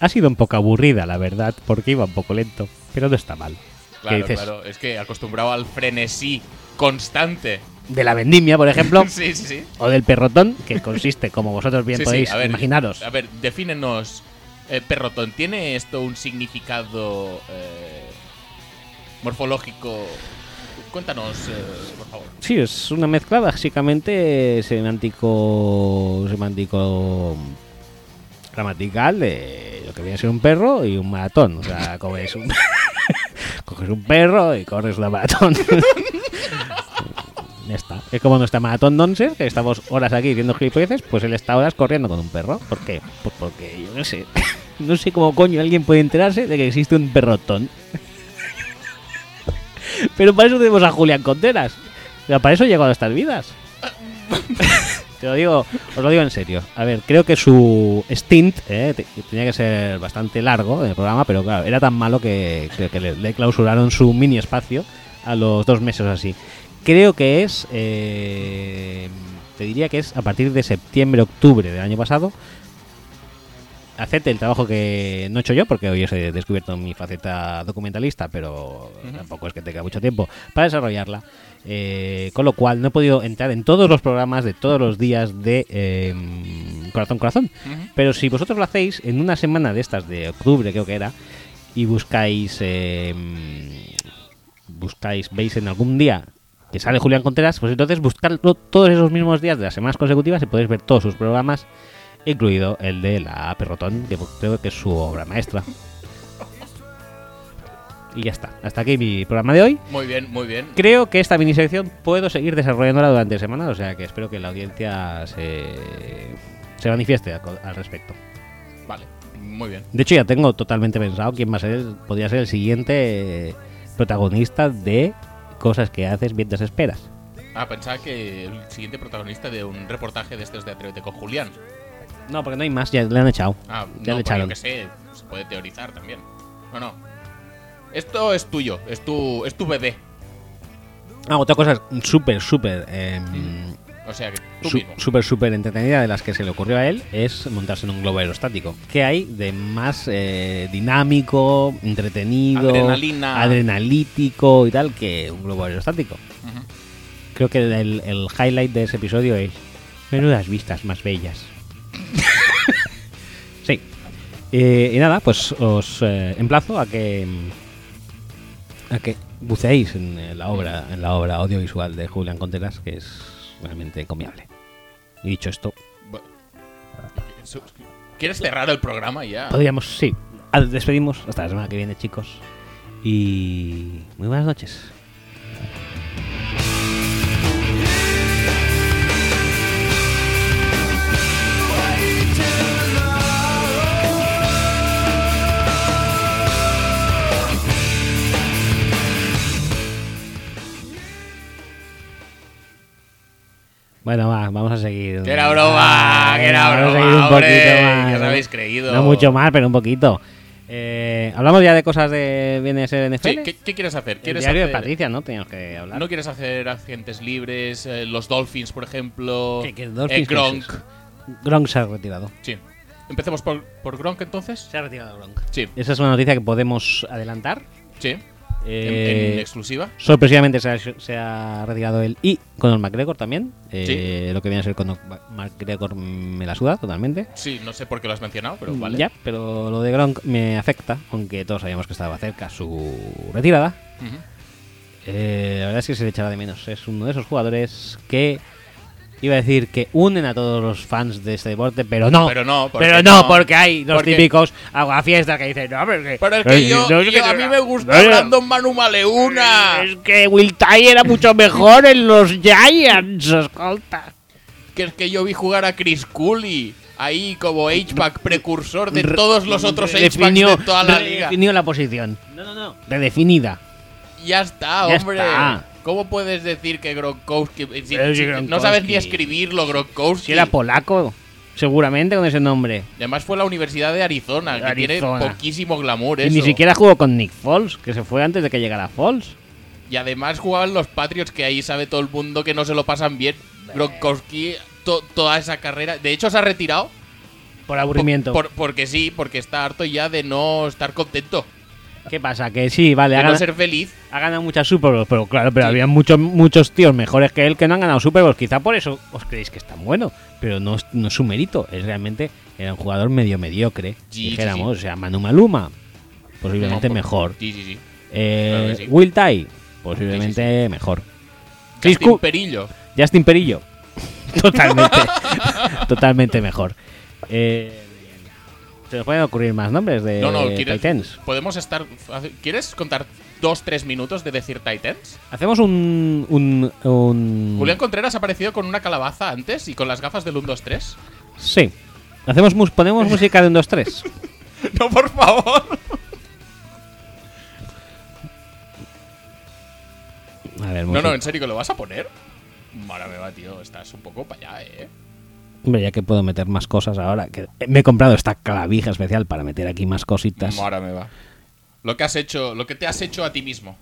Ha sido un poco aburrida, la verdad, porque iba un poco lento, pero no está mal. Claro, ¿Qué dices? claro. Es que acostumbrado al frenesí constante. De la vendimia, por ejemplo, sí, sí, sí. o del perrotón, que consiste, como vosotros bien Sí, sí, podéis a ver, imaginaros, A ver, defínenos. eh, perrotón, ¿tiene esto un significado eh, morfológico? Cuéntanos, eh, por favor. Sí, es una mezcla básicamente semántico semántico gramatical de lo que viene a ser un perro y un maratón. O sea, coges un, coges un perro y corres una maratón. Ya está. Es como nuestra maratón Donser, que estamos horas aquí diciendo gilipolleces, pues él está horas corriendo con un perro. ¿Por qué? Pues porque yo no sé. No sé cómo coño alguien puede enterarse de que existe un perrotón. Pero para eso tenemos a Julián Contreras. O sea, para eso he llegado a estas vidas. Te lo digo, os lo digo en serio. A ver, creo que su stint eh, te- tenía que ser bastante largo en el programa, pero claro, era tan malo que, que- que le, le clausuraron su mini espacio a los dos meses o así. Creo que es, eh, te diría que es a partir de septiembre-octubre del año pasado. Hacete el trabajo que no he hecho yo, porque hoy os he descubierto mi faceta documentalista, pero tampoco es que tenga mucho tiempo para desarrollarla. Eh, con lo cual no he podido entrar en todos los programas de todos los días de eh, Corazón Corazón. Pero si vosotros lo hacéis en una semana de estas de octubre, creo que era, y buscáis, eh, buscáis, veis en algún día que sale Julián Contreras, pues entonces buscadlo todos esos mismos días de las semanas consecutivas y podéis ver todos sus programas incluido el de la Perrotón, que pues, creo que es su obra maestra. Y ya está. Hasta aquí mi programa de hoy. Muy bien, muy bien. Creo que esta minisección puedo seguir desarrollándola durante semana, o sea que espero que la audiencia se, se manifieste al, al respecto. Vale, muy bien. De hecho, ya tengo totalmente pensado quién va a ser, el- podría ser el siguiente protagonista de cosas que haces mientras esperas. Ah, pensaba que el siguiente protagonista de un reportaje de estos de Atrévete con Julián. No, porque no hay más, ya le han echado. Ah, ya no, le por lo echaron. que sé, se puede teorizar también. No, no. Esto es tuyo, es tu, es tu bebé. Ah, otra cosa súper, súper, em, O sea, que tú su- mismo. súper, súper entretenida de las que se le ocurrió a él es montarse en un globo aerostático. ¿Qué hay de más eh, dinámico, entretenido, Adrenalina. adrenalítico y tal que un globo aerostático? Ujú. Creo que el, el highlight de ese episodio es menudas vistas más bellas. sí. Eh, y nada, pues os eh, emplazo a que mm, a que buceéis en eh, la obra en la obra audiovisual de Julián Contreras, que es realmente encomiable. Y dicho esto, Bu- su- ¿Quieres cerrar el programa ya? podríamos sí, Ah, despedimos hasta la semana que viene, chicos. Y muy buenas noches. Bueno, va, vamos a seguir. Que era broma, Ah, que era vamos a broma, seguir un hombre, poquito más. que os habéis creído. No mucho más, pero un poquito. Eh, hablamos ya de cosas de viene a ser NFL. Sí, ¿qué, qué quieres hacer? El ¿Quieres diario de hacer- Patricia, ¿no? Teníamos que hablar. ¿No quieres hacer agentes libres? eh, los Dolphins, por ejemplo. ¿Qué- qué Dolphins eh, Gronk. qué es eso? Gronk se ha retirado. Sí. Empecemos por, por Gronk entonces. Se ha retirado Gronk. Sí, Esa es una noticia que podemos adelantar. sí. En- en, Eh, exclusiva. sorpresivamente se ha, se ha retirado él y Conor McGregor también. Eh, Lo que viene a ser Conor McGregor me la suda totalmente. Sí, no sé por qué lo has mencionado, pero vale. Mm, Ya, pero lo de Gronk me afecta, aunque todos sabíamos que estaba cerca su retirada. Ujú. Eh, la verdad es que se le echará de menos. Es uno de esos jugadores que iba a decir que unen a todos los fans de este deporte, pero no. Pero no, porque Pero no, no. porque hay los Porque- típicos aguafiestas que dicen, no, pero es que. Pero es que yo, no, es que- yo- a mí me gusta no, Eh, no, Brandon Manu Maleuna. Es que Will Ty era mucho mejor en los Giants, escolta. Que es que yo vi jugar a Chris Cooley. Ahí como H-Pack precursor de todos los otros H-Packs de Redefinió- toda la liga. redefinió la posición. No, no, no. Redefinida. Ya está, Ya hombre. está. ¿Cómo puedes decir que Gronkowski... si- si- Pero si no Gronkowski- sabes ni escribirlo, Gronkowski. Si era polaco, seguramente con ese nombre. Y Además fue a la Universidad de Arizona, que Arizona. tiene poquísimo glamour Y eso. ni siquiera jugó con Nick Foles, que se fue antes de que llegara Foles. Y además jugaban los Patriots, que ahí sabe todo el mundo que no se lo pasan bien. Gronkowski, to- toda esa carrera... De hecho, se ha retirado. Por por- aburrimiento. por- porque sí, porque está harto ya de no estar contento. ¿Qué pasa? Que sí, vale, ha De no ganado, ser feliz. ha ganado muchas Super Bowls, pero claro, pero er- Sí. había muchos muchos tíos mejores que él que no han ganado Super Bowls. Quizá por eso os creéis que es tan bueno, pero no es, no es su mérito. Es realmente era un jugador medio mediocre, Sí, sí, dijéramos. O sea, Manu Maluma, posiblemente No, por- mejor. Sí, sí, sí. Eh, claro que sí. Will Tai, posiblemente mejor. Chris Justin Cook. Perillo. Justin Perillo, totalmente, totalmente mejor. Eh, se nos pueden ocurrir más nombres de No, no, ¿quieres, Titans. podemos estar. ¿Quieres contar dos, tres minutos de decir Titans? Hacemos un, un, un- Julián Contreras ha aparecido con una calabaza antes y con las gafas del 1, 2, 3. Sí. Hacemos mus- ponemos música de un 2 3. No, por favor. A ver, No, no, música. en serio, ¿que lo vas a poner? Mara me va, tío. Estás un poco para allá, eh. Hombre, ya que puedo meter más cosas ahora que me he comprado esta clavija especial para meter aquí más cositas. Mara me va. Lo que has hecho, lo que te has hecho a ti mismo.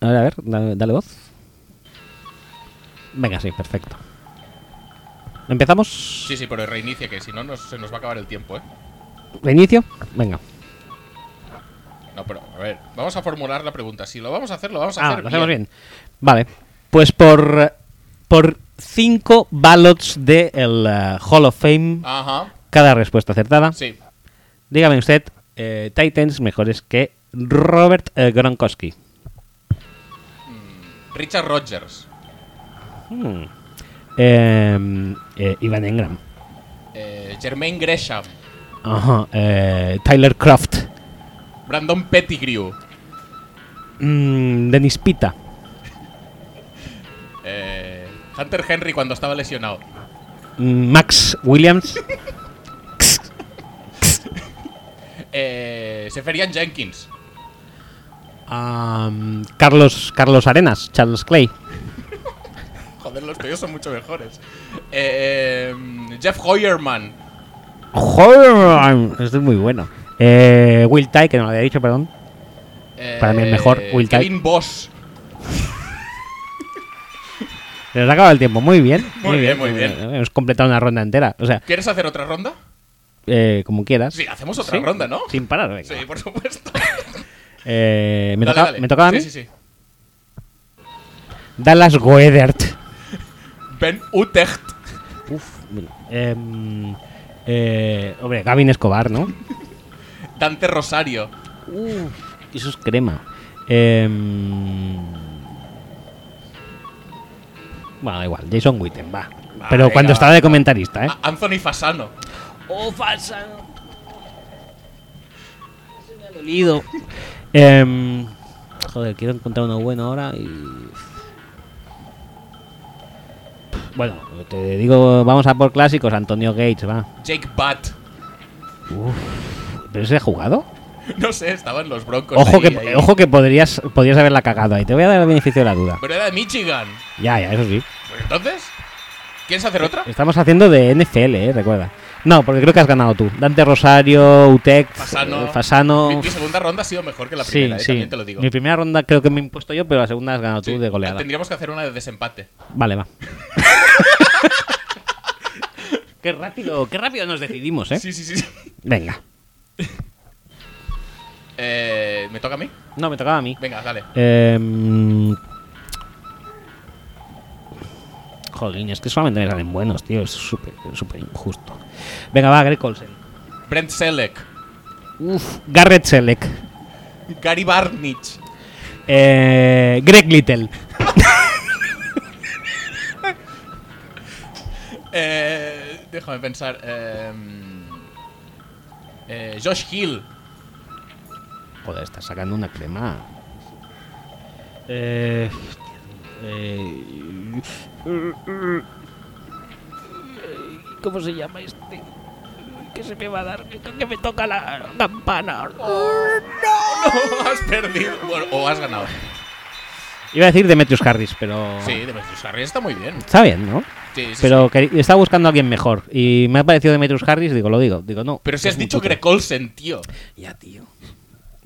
A ver, a ver, dale, dale voz. Venga, sí, perfecto. ¿Empezamos? Sí, sí, pero reinicia que si no nos- se nos va a acabar el tiempo, eh. ¿Reinicio? Venga. No, pero a ver, vamos a formular la pregunta. Si lo vamos a hacer, lo vamos a Ah, hacer. lo hacemos bien. Vale. Pues por por 5 ballots del Hall of Fame, Ajá, cada respuesta acertada. Ah. sí. Dígame usted, eh, Titans mejores que Robert eh, Gronkowski. Richard Rogers. Hmm. eh, eh, Ivan Engram, Eh, Germain Gresham, ajá, eh, Tyler Croft, Brandon Pettigrew, mm, Dennis Pita, eh, Hunter Henry cuando estaba lesionado, mm, Max Williams, eh, Seferian Jenkins, am, Carlos, Carlos Arenas, Charles Clay, joder, los tuyos son mucho mejores, Eh, eh, Jeff Hoyerman, Joder, esto es muy bueno. Eh, Will Ty, que no lo había dicho, perdón. eh, Para mí el mejor, Will Tye. Kevin Boss, Se nos ha acabado el tiempo, muy bien. eh, Muy bien, muy bien. Hemos completado una ronda entera, o sea, ¿quieres hacer otra ronda? eh, como quieras. Sí, hacemos otra Sí, ronda, ¿no? Sin parar, venga. Sí, por supuesto. Eh, ¿me, Dale, toca- dale. me tocaba a mí? Sí, sí, sí. Dallas Goedert. Ben Utecht, Uf, mira. Em, eh, hombre, Gavin Escobar, ¿no? Dante Rosario, Uf, eso es crema. Em, bueno, da igual, Jason Witten, va. Va, Pero venga, cuando va, estaba de comentarista, ¿eh? A- Anthony Fasano, ¡Oh, falsa! Se me ha dolido. Em, joder, quiero encontrar uno bueno ahora y. Bueno, te digo, vamos a por clásicos. Antonio Gates, va. Jake Butt. ¿Pero ese ha jugado? No sé, estaban los Broncos. Ojo ahí, que, ahí. ojo que podrías, podrías haberla cagado ahí. Te voy a dar el beneficio de la duda. Pero era de Michigan. Ya, ya, eso sí. Pues entonces, ¿quieres hacer otra? Estamos haciendo de NFL, ¿eh? Recuerda. No, porque creo que has ganado tú. Dante Rosario, Utec, Fasano. eh, Fasano. Mi, mi segunda ronda ha sido mejor que la primera, eh, también te lo digo. Mi primera ronda creo que me he impuesto yo, pero la segunda has ganado Sí, Ah, tú de goleada. Tendríamos que hacer una de desempate. Vale, va. qué rápido, qué rápido nos decidimos, ¿eh? Sí, sí, sí. sí. Venga. Eh, ¿Me toca a mí? No, me tocaba a mí. Venga, dale. Eh, jolín, es que solamente me salen buenos, tío. Es súper, súper injusto. Venga, va, Greg Olsen. Brent Selleck, Uf, Garrett Selleck. Gary Barnich, Eh, Greg Little. eh, déjame pensar. eh, eh, Josh Hill, Joder, está sacando una crema. Eh, eh, ¿Cómo se llama este? Que se me va a dar? Que me toca la campana. no, has perdido Bueno, o has ganado. Iba a decir Demetrius Harris, pero. Sí, Demetrius Harris está muy bien. Está bien, ¿no? Sí, sí, sí. Pero que- estaba buscando a alguien mejor. Y me ha parecido Demetrius Harris, digo, lo digo. Digo, no. Pero si es has muy dicho cutre. Greg Olsen, tío. Ya, tío.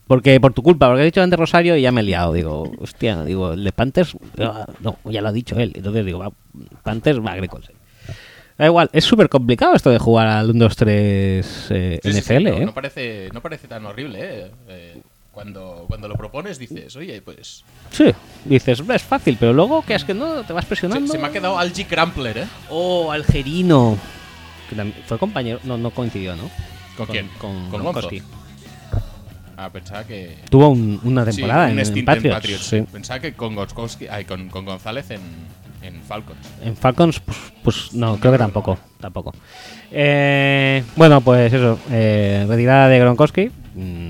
Porque por tu culpa, porque he dicho antes Rosario y ya me he liado. Digo, hostia, digo, el de Panthers. ah, No, ya lo ha dicho él. Entonces digo, va, Panthers va a Grecolsen. Da igual, es súper complicado esto de jugar al 1, 2, 3 eh, Sí, sí, sí, NFL, no, ¿eh? no parece, no parece tan horrible, ¿eh? Eh, cuando, cuando lo propones dices, oye, pues... Sí, dices, es fácil, pero luego que es que no te vas Se, presionando. se me ha quedado Algie Crampler, ¿eh? Oh, Algerino. Que también fue compañero, no, no coincidió, ¿no? ¿Con quién? Con, ¿Con Monzo? Koski. Ah, pensaba que... Tuvo un- una sí, temporada un en, en stint Patriots. sí. Pensaba que con, Gostkowski- ay, con, con González en, en Falcons. En Falcons, pues, pues no, creo que tampoco. Tampoco. Eh, bueno, pues eso. eh, retirada de Gronkowski.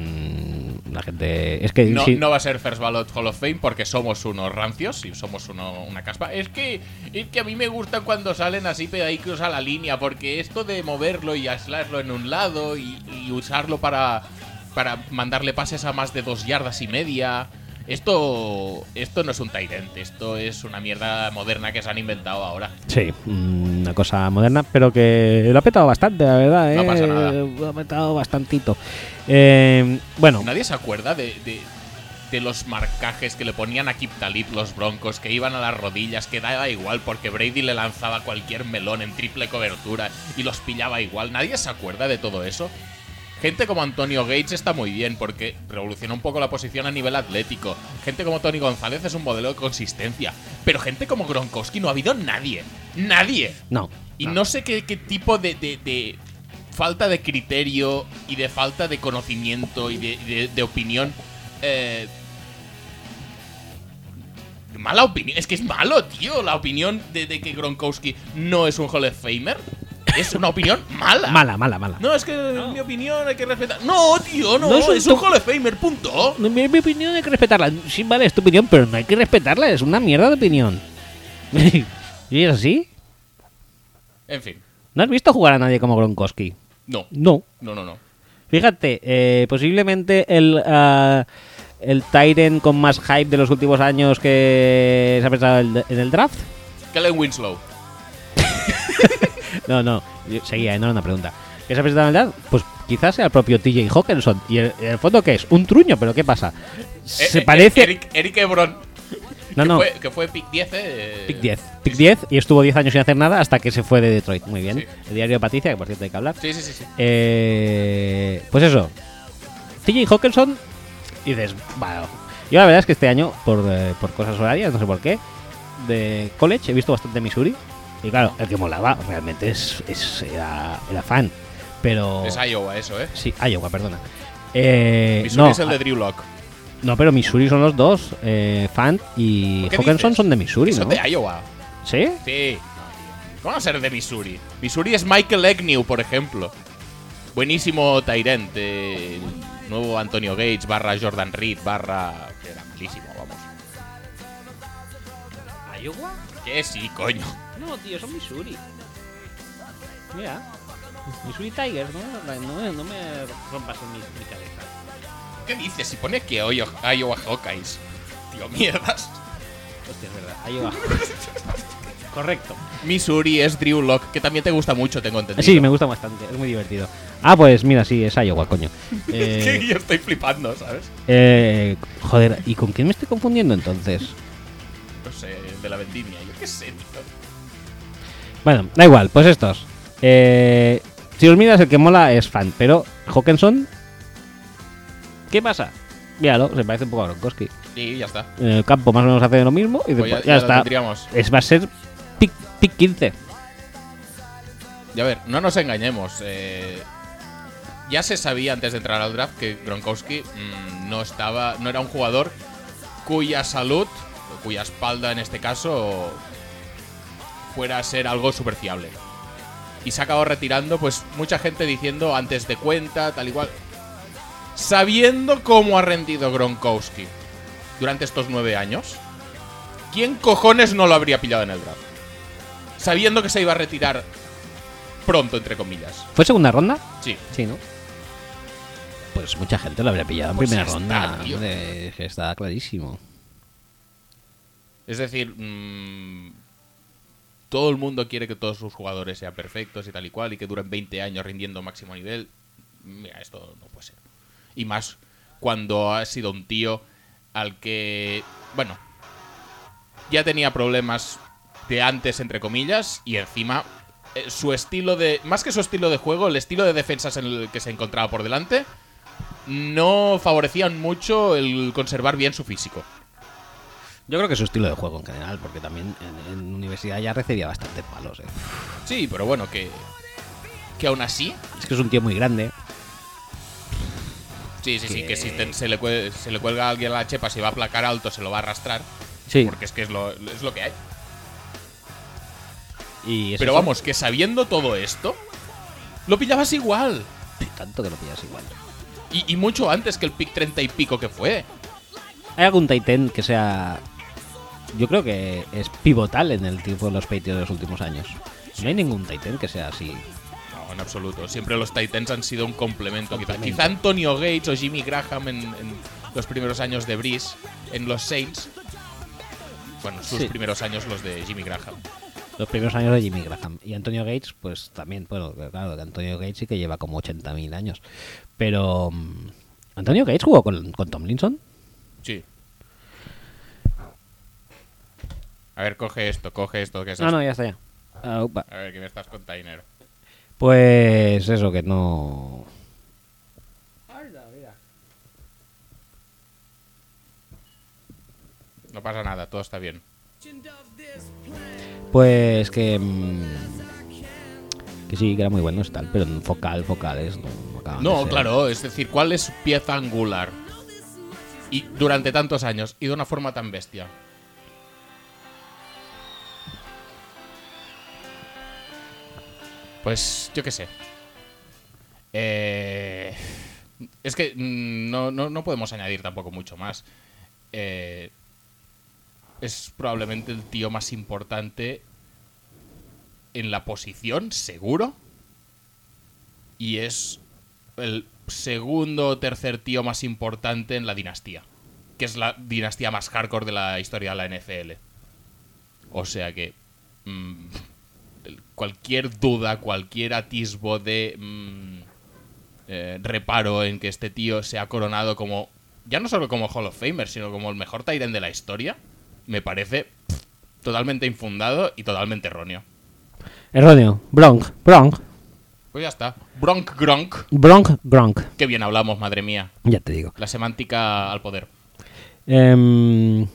Mm, la gente. Es que. No, sí, no va a ser First Ballot Hall of Fame porque somos unos rancios y somos uno, una caspa. Es que, es que a mí me gusta cuando salen así pedaitos a la línea porque esto de moverlo y aislarlo en un lado y, y usarlo para, para mandarle pases a más de dos yardas y media. Esto, esto no es un Tyrant, esto es una mierda moderna que se han inventado ahora. sí, mm, una cosa moderna, pero que lo ha petado bastante, la verdad. No eh, pasa nada. Lo ha petado bastantito. Eh, bueno, Nadie se acuerda de, de- de los marcajes que le ponían a Kip Talib los broncos, que iban a las rodillas, que daba igual porque Brady le lanzaba cualquier melón en triple cobertura y los pillaba igual. Nadie se acuerda de todo eso. Gente como Antonio Gates está muy bien porque revolucionó un poco la posición a nivel atlético. Gente como Tony González es un modelo de consistencia. Pero gente como Gronkowski no ha habido nadie. Nadie. no. Y no sé qué, qué tipo de, de- de falta de criterio y de falta de conocimiento y de, de- de opinión eh, Mala opinión. Es que es malo, tío. La opinión de, de que Gronkowski no es un Hall of Famer es una opinión mala. Mala, mala, mala. No, es que en mi opinión hay que respetar. No, tío, no. No es un es un top- Hall of Famer, punto. No, Mi, mi opinión hay que respetarla. Sí, vale, es tu opinión, pero no hay que respetarla. Es una mierda de opinión. ¿Y es así? En fin. ¿No has visto jugar a nadie como Gronkowski? No. No. No, no, no. Fíjate, eh, posiblemente el, ah, el Tyrant con más hype de los últimos años que se ha pensado el- en el draft. Kellen Winslow. No, no, yo- seguía, eh, no era una pregunta. ¿Qué se ha presentado en el draft? Pues quizás sea el propio TJ Hawkinson. ¿Y el, el fondo qué es? Un truño, pero ¿qué pasa? Eh, Se eh, parece. Eric, Eric Ebron. no, que, no, Fue, que fue pick 10, eh. pick 10. Pick 10 y estuvo 10 años sin hacer nada hasta que se fue de Detroit. Muy bien. Sí. El diario de Patricia, que por cierto hay que hablar. Sí, sí, sí. sí. Eh, pues eso. TJ Hawkinson. Y dices, bueno. Yo la verdad es que este año, por, eh, por cosas horarias, no sé por qué, de college he visto bastante Missouri. Y claro, el que molaba realmente es, es- era, era fan. Pero. Es Iowa, eso, eh. Sí, Iowa, perdona. Eh, Missouri no, Ah, es el de Drew Lock. no, pero Missouri son los dos. Eh, Fant y ¿Qué Hawkinson dices? son de Missouri, Eso ¿no? es de Iowa. ¿Sí? Sí. ¿Cómo va a ser de Missouri? Missouri es Michael Agnew, por ejemplo. Buenísimo Tyrant. eh, el nuevo Antonio Gates barra Jordan Reed barra... que Era malísimo, vamos. ¿Iowa? Que sí, coño. No, tío, son Missouri. Mira. Missouri Tigers, ¿no? No, me rompas en mi, cabeza. ¿Qué dices? Si pone que hoy Iowa Hawkeyes. Tío, mierdas. Hostia, es verdad. Ahí va. Correcto. Missouri es Drew Lock, que también te gusta mucho, tengo entendido. Eh, Sí, me gusta bastante. Es muy divertido. Ah, pues mira, sí, es Iowa, coño. Es que Eh, yo estoy flipando, ¿sabes? eh, joder, ¿y con quién me estoy confundiendo entonces? No sé, de la vendimia, yo qué sé, tío. Bueno, da igual, pues estos. Eh, si os miras, el que mola es fan, pero Hawkinson. ¿Qué pasa? Míralo, se parece un poco a Gronkowski. Y ya está. En el campo más o menos hace lo mismo y Pues después ya, ya, ya lo está. tendríamos. Es, va a ser pick, pick 15. Y a ver, no nos engañemos. eh, ya se sabía antes de entrar al draft que Gronkowski mm, no estaba, no era un jugador cuya salud, o cuya espalda en este caso, fuera a ser algo súper fiable. Y se ha acabado retirando, pues mucha gente diciendo antes de cuenta, tal igual. Sabiendo cómo ha rendido Gronkowski durante estos nueve años, ¿quién cojones no lo habría pillado en el draft? Sabiendo que se iba a retirar pronto, entre comillas. ¿Fue segunda ronda? Sí. Sí, ¿no? Pues mucha gente lo habría pillado en Pues primera ya está, ronda. tío. hombre, es que está clarísimo. Es decir, mm, todo el mundo quiere que todos sus jugadores sean perfectos y tal y cual, y que duren 20 años rindiendo máximo nivel. Mira, esto no puede ser. Y más cuando ha sido un tío al que, bueno, ya tenía problemas de antes, entre comillas, y encima eh, su estilo de, más que su estilo de juego, el estilo de defensas en el que se encontraba por delante, no favorecían mucho el conservar bien su físico. Yo creo que es su estilo de juego en general, porque también en, en universidad ya recibía bastantes palos. ¿eh? Sí, pero bueno, que. Que aún así. Es que es un tío muy grande. Sí, sí, sí, Que- que si te- se, le cue- se le cuelga a alguien la chepa, si va a placar alto, se lo va a arrastrar. Sí. Porque es que es lo, es lo que hay. Y es Pero eso, vamos, que sabiendo todo esto, lo pillabas igual. Tanto que lo pillas igual. Y, y mucho antes que el pick 30 y pico que fue. ¿Hay algún Titan que sea. Yo creo que es pivotal en el tipo de los Patriots de los últimos años. No hay ningún Titan que sea así. No, en absoluto. Siempre los Titans han sido un complemento. Quizá, Complemento. quizá Antonio Gates o Jimmy Graham en, en los primeros años de Breeze, en los Saints. Bueno, sus Sí. primeros años los de Jimmy Graham. Los primeros años de Jimmy Graham. Y Antonio Gates, pues también. Bueno, claro, que Antonio Gates sí que lleva como 80.000 años. Pero. mm, ¿Antonio Gates jugó con, con Tomlinson? Sí. A ver, coge esto, coge esto que es No, no, Pues ya está ya. Ah, upa. A ver, que me estás container. Pues eso, que no. No pasa nada, todo está bien. Pues que. mm, que sí, que era muy bueno, es tal, pero en focal, focales. No, acaban de No, ser. claro, es decir, ¿cuál es su pieza angular? Y durante tantos años, y de una forma tan bestia. Pues yo qué sé. Eh, es que mm, no, no- no podemos añadir tampoco mucho más. Eh, es probablemente el tío más importante en la posición, seguro. Y es el segundo o tercer tío más importante en la dinastía. Que es la dinastía más hardcore de la historia de la NFL. O sea que... mm, el- cualquier duda, cualquier atisbo de mm, eh, reparo en que este tío se ha coronado como, ya no solo como Hall of Famer, sino como el mejor Tyrion de la historia, me parece pff, totalmente infundado y totalmente erróneo. Erróneo. Bronk, Bronk, Pues ya está. Bronk Gronk. Bronk, Gronk. Qué bien hablamos, madre mía. Ya te digo. La semántica al poder. Em,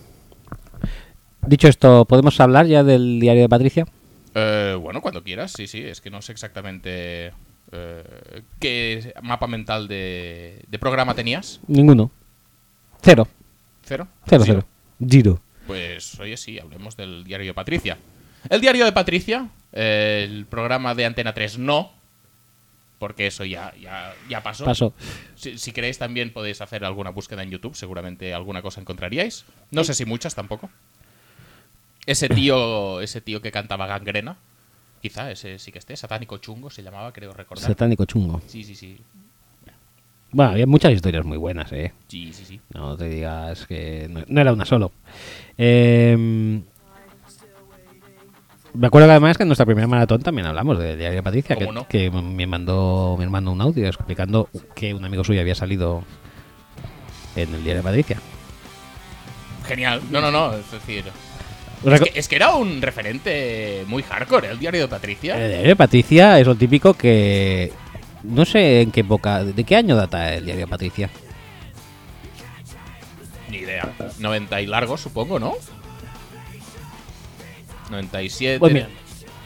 dicho esto, ¿podemos hablar ya del diario de Patricia? Eh, bueno, cuando quieras, sí, sí. Es que no sé exactamente eh, qué mapa mental de, de programa tenías. Ninguno. Cero. ¿Cero? Cero, Sí. cero. Giro. Pues oye, sí, hablemos del diario de Patricia. El diario de Patricia, eh, el programa de Antena 3 no, porque eso ya, ya, ya pasó. Paso. Si, si queréis también podéis hacer alguna búsqueda en YouTube, seguramente alguna cosa encontraríais. No sé si muchas tampoco. Ese tío, ese tío que cantaba gangrena, quizá ese sí que esté, satánico chungo se llamaba, creo recordar. Satánico chungo. sí, sí, sí. Bueno, había muchas historias muy buenas, ¿eh? Sí, sí, sí. No te digas que no, no era una solo. Em, me acuerdo que además que en nuestra primera maratón también hablamos del diario de Patricia, que, ¿Cómo no? que me mandó me mandó un audio explicando que un amigo suyo había salido en el diario de Patricia. Genial. No, no, no, es decir... Es Reco- que, es que era un referente muy hardcore, ¿eh? el diario de Patricia. El diario de Patricia es lo típico que no sé en qué época, de qué año data el diario de Patricia. Ni idea. 90 y largo, supongo, ¿no? 97. Voy mirando.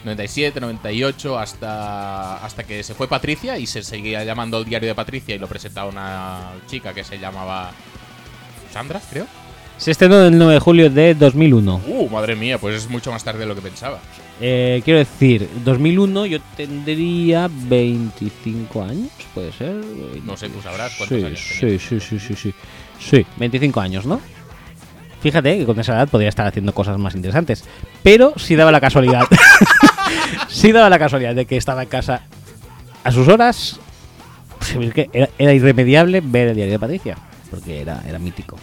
97, 98, hasta, hasta que se fue Patricia y se seguía llamando el diario de Patricia y lo presentaba una chica que se llamaba Sandra, creo. Se estrenó el 9 de julio de 2001. Uh, madre mía, pues es mucho más tarde de lo que pensaba. Eh, quiero decir, 2001 yo tendría 25 años, puede ser. No sé, tú sabrás cuántos Sí, años sí, tenías. sí, sí, sí, sí. Sí, 25 años, ¿no? Fíjate que con esa edad podría estar haciendo cosas más interesantes. Pero sí daba la casualidad. sí daba la casualidad de que estaba en casa a sus horas. Pues, Es que era, era irremediable ver el diario de Patricia. Porque era, era mítico.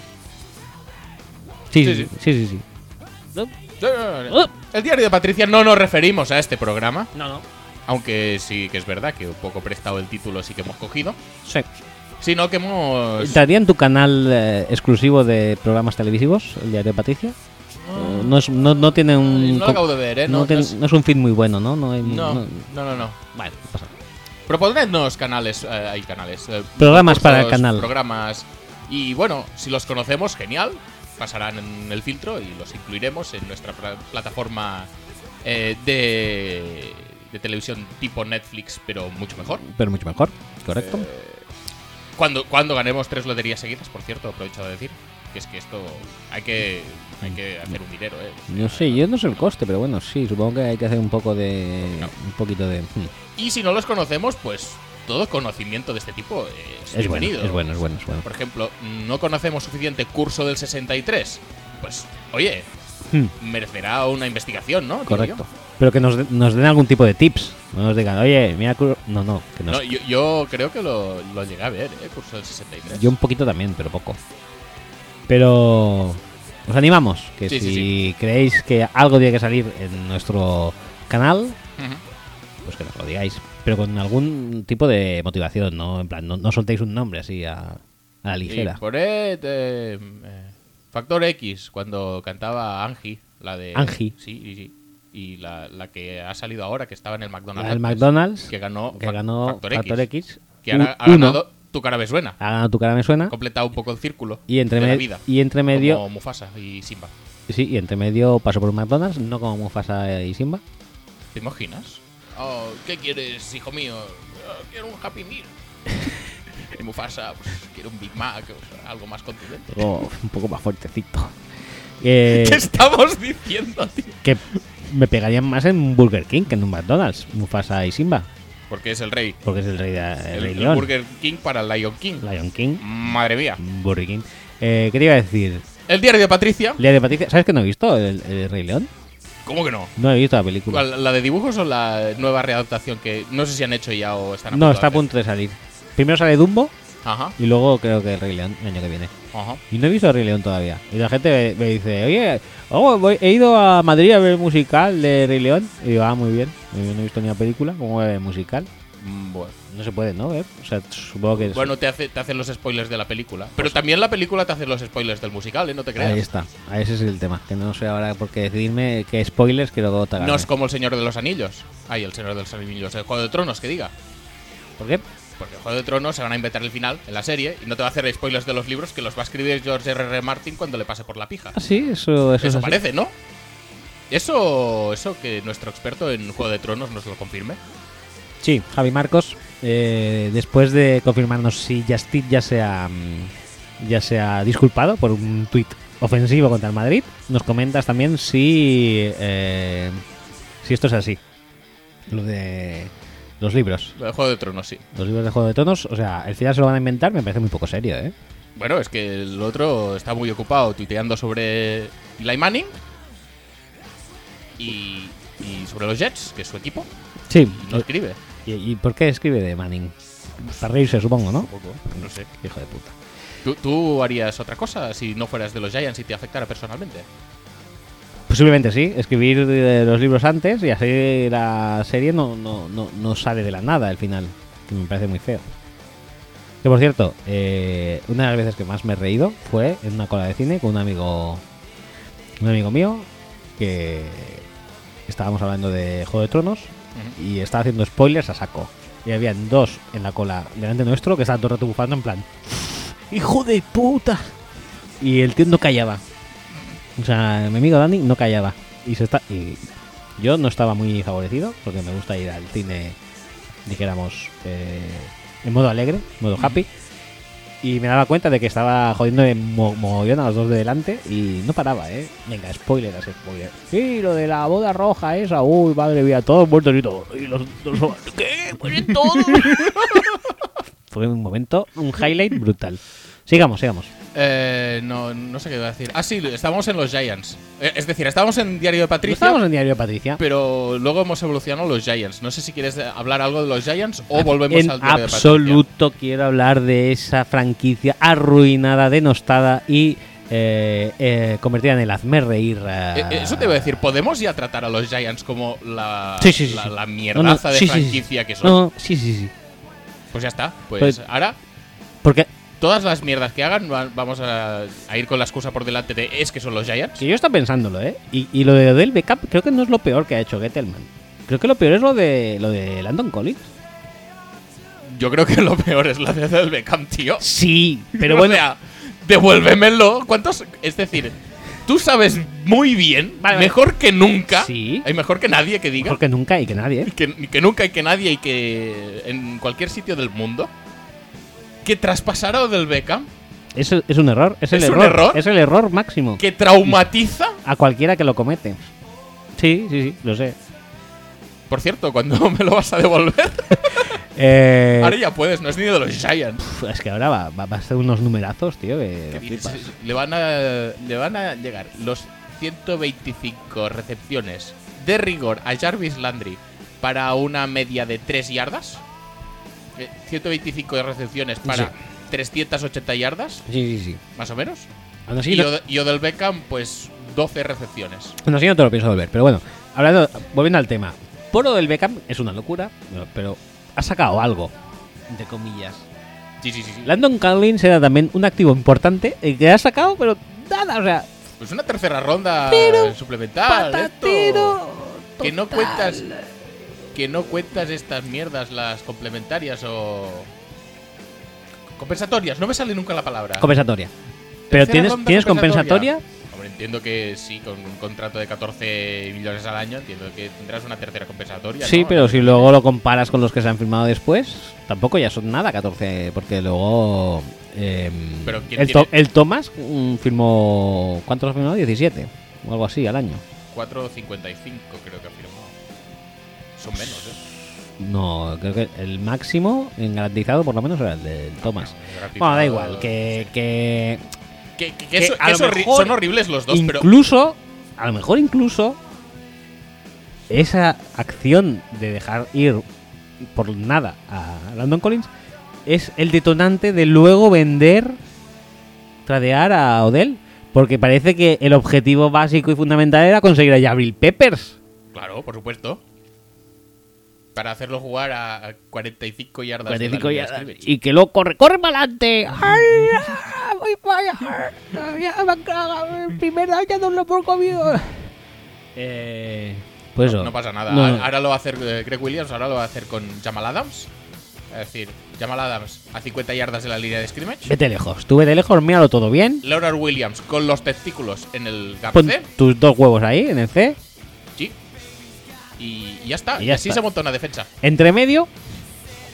Sí, Sí, sí, sí. sí, sí, sí. Eh, Oh. El diario de Patricia no nos referimos a este programa, No, no. aunque sí que es verdad que un poco prestado el título sí que hemos cogido, Sí. sino que hemos... ¿Entraría en tu canal eh, exclusivo de programas televisivos, el diario de Patricia? Eh, No, es- no, no tiene un. Mm. No lo acabo de ver, ¿eh? no No, tiene- no es- no es un feed muy bueno, ¿no? No. hay- No, no- no, no, no. Vale, no pasa nada. Proponednos canales, eh, hay canales. eh, Programas para el concursos, canal. Programas. Y bueno, si los conocemos, genial. Pasarán en el filtro y los incluiremos en nuestra pla- plataforma eh, de, de televisión tipo Netflix, pero mucho mejor. Pero mucho mejor, correcto. Eh, Cuando, cuando ganemos tres loterías seguidas, por cierto, aprovecho de decir que es que esto hay que, hay que hacer un dinero, ¿eh? no sé, yo no sé el coste, pero bueno, sí, supongo que hay que hacer un poco de. No. Un poquito de. hmm, Y si no los conocemos, pues todo conocimiento de este tipo es, Es bueno, bienvenido. es bueno, es bueno, es bueno. Por ejemplo, no conocemos suficiente curso del 63. Pues, oye, Hmm, merecerá una investigación, ¿no? Digo correcto. Pero que nos, de- nos den algún tipo de tips. No nos digan, oye, mira. cur-". No, no, que Yo. nos. No, yo, yo creo que lo, lo llegué a ver, ¿eh? Curso del 63. Yo un poquito también, pero poco. Pero os animamos, que Sí, si sí, creéis que algo tiene que salir en nuestro canal, Ujú. pues que nos lo digáis. Pero con algún tipo de motivación, ¿no? En plan, no, no soltéis un nombre así a, a la Y ligera. Poret, eh, eh, Factor X, cuando cantaba Angie, la de... Angie. Sí, sí, sí. Y la, la que ha salido ahora, que estaba en el McDonald's. La del antes, McDonald's, Que ganó, que Fac- ganó Factor, Factor X. X. Que ahora ha un- uno. ganado Tu cara me suena. Ha ganado tu cara me suena. Ha completado un poco el círculo Y entre, de la me- vida. y entre medio. Como Mufasa y Simba. Sí, y entre medio pasó por un McDonald's, no como Mufasa y Simba. ¿Te imaginas? Oh, ¿qué quieres, hijo mío? "Oh, quiero un Happy Meal. Y Mufasa, pues, quiero un Big Mac, o sea, algo más contundente. Algo un poco más fuertecito. Eh, ¿Qué estamos diciendo, tío? que me pegarían más en Burger King que en un McDonald's, Mufasa y Simba, porque es el rey. porque es el rey de el El, Rey el León. Burger King para el Lion King. Lion King, Madre mía. Burger King. Eh, ¿Qué te iba a decir? El diario de Patricia. Lea de Patricia, ¿sabes que no he visto el, el Rey León? ¿Cómo que no? No he visto la película. ¿Cuál, ¿La de dibujos o la nueva readaptación que no sé si han hecho ya o están a No, punto de está a hacer? punto de salir. Primero sale Dumbo Ajá, y luego creo que el Rey León el año que viene. ajá. Y no he visto el Rey León todavía. Y la gente me, me dice, oye, oh, voy- he ido a Madrid a ver el musical de Rey León. Y digo, ah, muy bien. Muy bien, no he visto ni la película. ¿Cómo voy a ver el musical? Mm, Bueno, No se puede, ¿no? Ver? O sea, supongo que... es- Bueno, te, hace, te hacen los spoilers de la película. Pero también la película te hace los spoilers del musical, ¿eh? No te Ahí creas. está. Ah, Ese es el tema. Que no sé ahora por qué decidirme qué spoilers quiero luego tagarme. No es como el Señor de los Anillos. Ay, el Señor de los Anillos. El Juego de Tronos, que diga. ¿Por qué? Porque el Juego de Tronos se van a inventar el final en la serie y no te va a hacer spoilers de los libros que los va a escribir George R.R. Martin cuando le pase por la pija. Ah, sí, eso, eso, es Eso así. parece, ¿no? Eso, eso que nuestro experto en Juego de Tronos nos lo confirme. Sí, Javi Marcos, eh, después de confirmarnos si Justin ya se ha, mm, ya se ha disculpado por un tuit ofensivo contra el Madrid, nos comentas también si, eh, si esto es así. Lo de los libros. El Juego de Tronos, sí. Los libros de Juego de Tonos, o sea, el final se lo van a inventar, me parece muy poco serio, ¿eh? Bueno, es que el otro está muy ocupado tuiteando sobre Eli Manning y, y sobre los Jets, que es su equipo, Sí. y no escribe. ¿Y, y por qué escribe de Manning? Para reírse, supongo, ¿no? Tampoco, no sé. Hijo de puta. ¿Tú, tú harías otra cosa si no fueras de los Giants y te afectara personalmente? Posiblemente sí, escribir eh, los libros antes y así la serie no, no, no, no sale de la nada al final, que me parece muy feo. Que por cierto, eh, una de las veces que más me he reído fue en una cola de cine con un amigo, un amigo mío que estábamos hablando de Juego de Tronos y estaba haciendo spoilers a saco. Y habían dos en la cola delante nuestro que estaban todo el rato bufando en plan ¡Hijo de puta! Y el tío no callaba. O sea, mi amigo Dani no callaba. Y se está. Y yo no estaba muy favorecido, porque me gusta ir al cine, dijéramos, eh, en modo alegre, en modo happy. Y me daba cuenta de que estaba jodiendo en mo- mogollón a los dos de delante y no paraba, ¿eh? Venga, spoiler, así, spoiler. Sí, lo de la boda roja esa, uy, madre mía, todos muertos y todo. Y los, los- ¿Qué? ¿Mueren todos? Fue un momento, un highlight brutal. Sigamos, sigamos. Eh, no, no sé qué iba a decir. Ah, sí, estábamos en los Giants. Eh, Es decir, estábamos en Diario de No Patricia. estábamos en Diario de Patricia. Pero luego hemos evolucionado los Giants. No sé si quieres eh, hablar algo de los Giants o volvemos en al diario de Patricia. absoluto quiero hablar de esa franquicia arruinada, denostada y eh, eh, convertida en el hazme reír. Eh, eh, Eso te iba a decir, ¿podemos ya tratar a los Giants como la, Sí, sí, sí, la, sí. la No, no, mierdaza de sí, sí, sí. franquicia que son? No, no, sí, sí, sí. Pues ya está. Pues, Pues- ahora, Porque todas las mierdas que hagan, va- vamos a, a ir con la excusa por delante de es que son los Giants. que yo estaba pensándolo, ¿eh? Y, y lo de Odell Beckham creo que no es lo peor que ha hecho Gettelman. Creo que lo peor es lo de lo de Landon Collins. Yo creo que lo peor es la de del Beckham, tío. Sí, pero O bueno. sea, devuélvemelo. ¿Cuántos? Es decir, tú sabes muy bien, Vale, vale. mejor que nunca, Sí. hay mejor que nadie que diga. Mejor que nunca y que nadie. ¿eh? que, que nunca hay que nadie y que en cualquier sitio del mundo que traspasara del Beckham Es, es un error. Es, el ¿Es un error, error? Es el error máximo. que traumatiza A cualquiera que lo comete. Sí, sí, sí, lo sé. por cierto cuando me lo vas a devolver Eh, ahora ya puedes no es ni de los Giants Pf, Es que ahora va, va- va a ser unos numerazos, tío, que flipas. le van a le van a llegar los 125 recepciones de rigor a Jarvis Landry para una media de 3 yardas Eh, 125 recepciones para Sí. 380 yardas Sí, sí, sí. más o menos Aún así, y, no, Od- y Odell Beckham pues 12 recepciones aún así no te lo pienso volver. Pero bueno, hablando, volviendo al tema. Por lo del Beckham es una locura, pero ha sacado algo, entre comillas. Sí, sí, sí. sí. Landon Collins era también un activo importante eh, que ha sacado, pero nada, o sea, Pues una tercera ronda suplementar. patatero. esto. Que no cuentas. Que no cuentas estas mierdas, las complementarias o. Compensatorias, no me sale nunca la palabra. Compensatoria. Pero Tercera tienes, ronda tienes compensatoria. Hombre, entiendo que sí, con un contrato de 14 millones al año, entiendo que tendrás una tercera compensatoria. Sí, ¿no? pero si luego lo comparas con los que se han firmado después, tampoco ya son nada 14, porque luego em, Pero ¿quién el, To- tiene- el Thomas mm, firmó, ¿cuántos ha firmado? 17, o algo así al año. 4.55 creo que firmó. Son menos, ¿eh? No, creo que el máximo en garantizado por lo menos era el del Thomas. Garantizado, Bueno, da igual, que, que Que, que- que Que eso- a que lo eso horri- mejor son horribles los dos, pero incluso, a lo mejor incluso, esa acción de dejar ir por nada a Landon Collins es el detonante de luego vender, tradear a Odell. Porque parece que el objetivo básico y fundamental era conseguir a Jabril Peppers. claro, por supuesto. Para hacerlo jugar a a 45 yardas. de la 45 línea ya- de scrimmage. y que luego corre, corre para adelante. ¡Ay! ah, Voy para allá. Ah, Ya me han cagado. El primer down ya no lo por comido. Eh, pues eso. No pasa nada. No, Ahora- no. Ahora lo va a hacer eh, Greg Williams, ahora lo va a hacer con Jamal Adams. Es decir, Jamal Adams a 50 yardas de la línea de scrimmage. Vete lejos. Tú vete lejos, míralo todo bien. Laura Williams con los testículos en el gap Pon C. tus dos huevos ahí en el C. Sí. Y y ya está. Y Y, ya así está. se monta una defensa. Entre medio.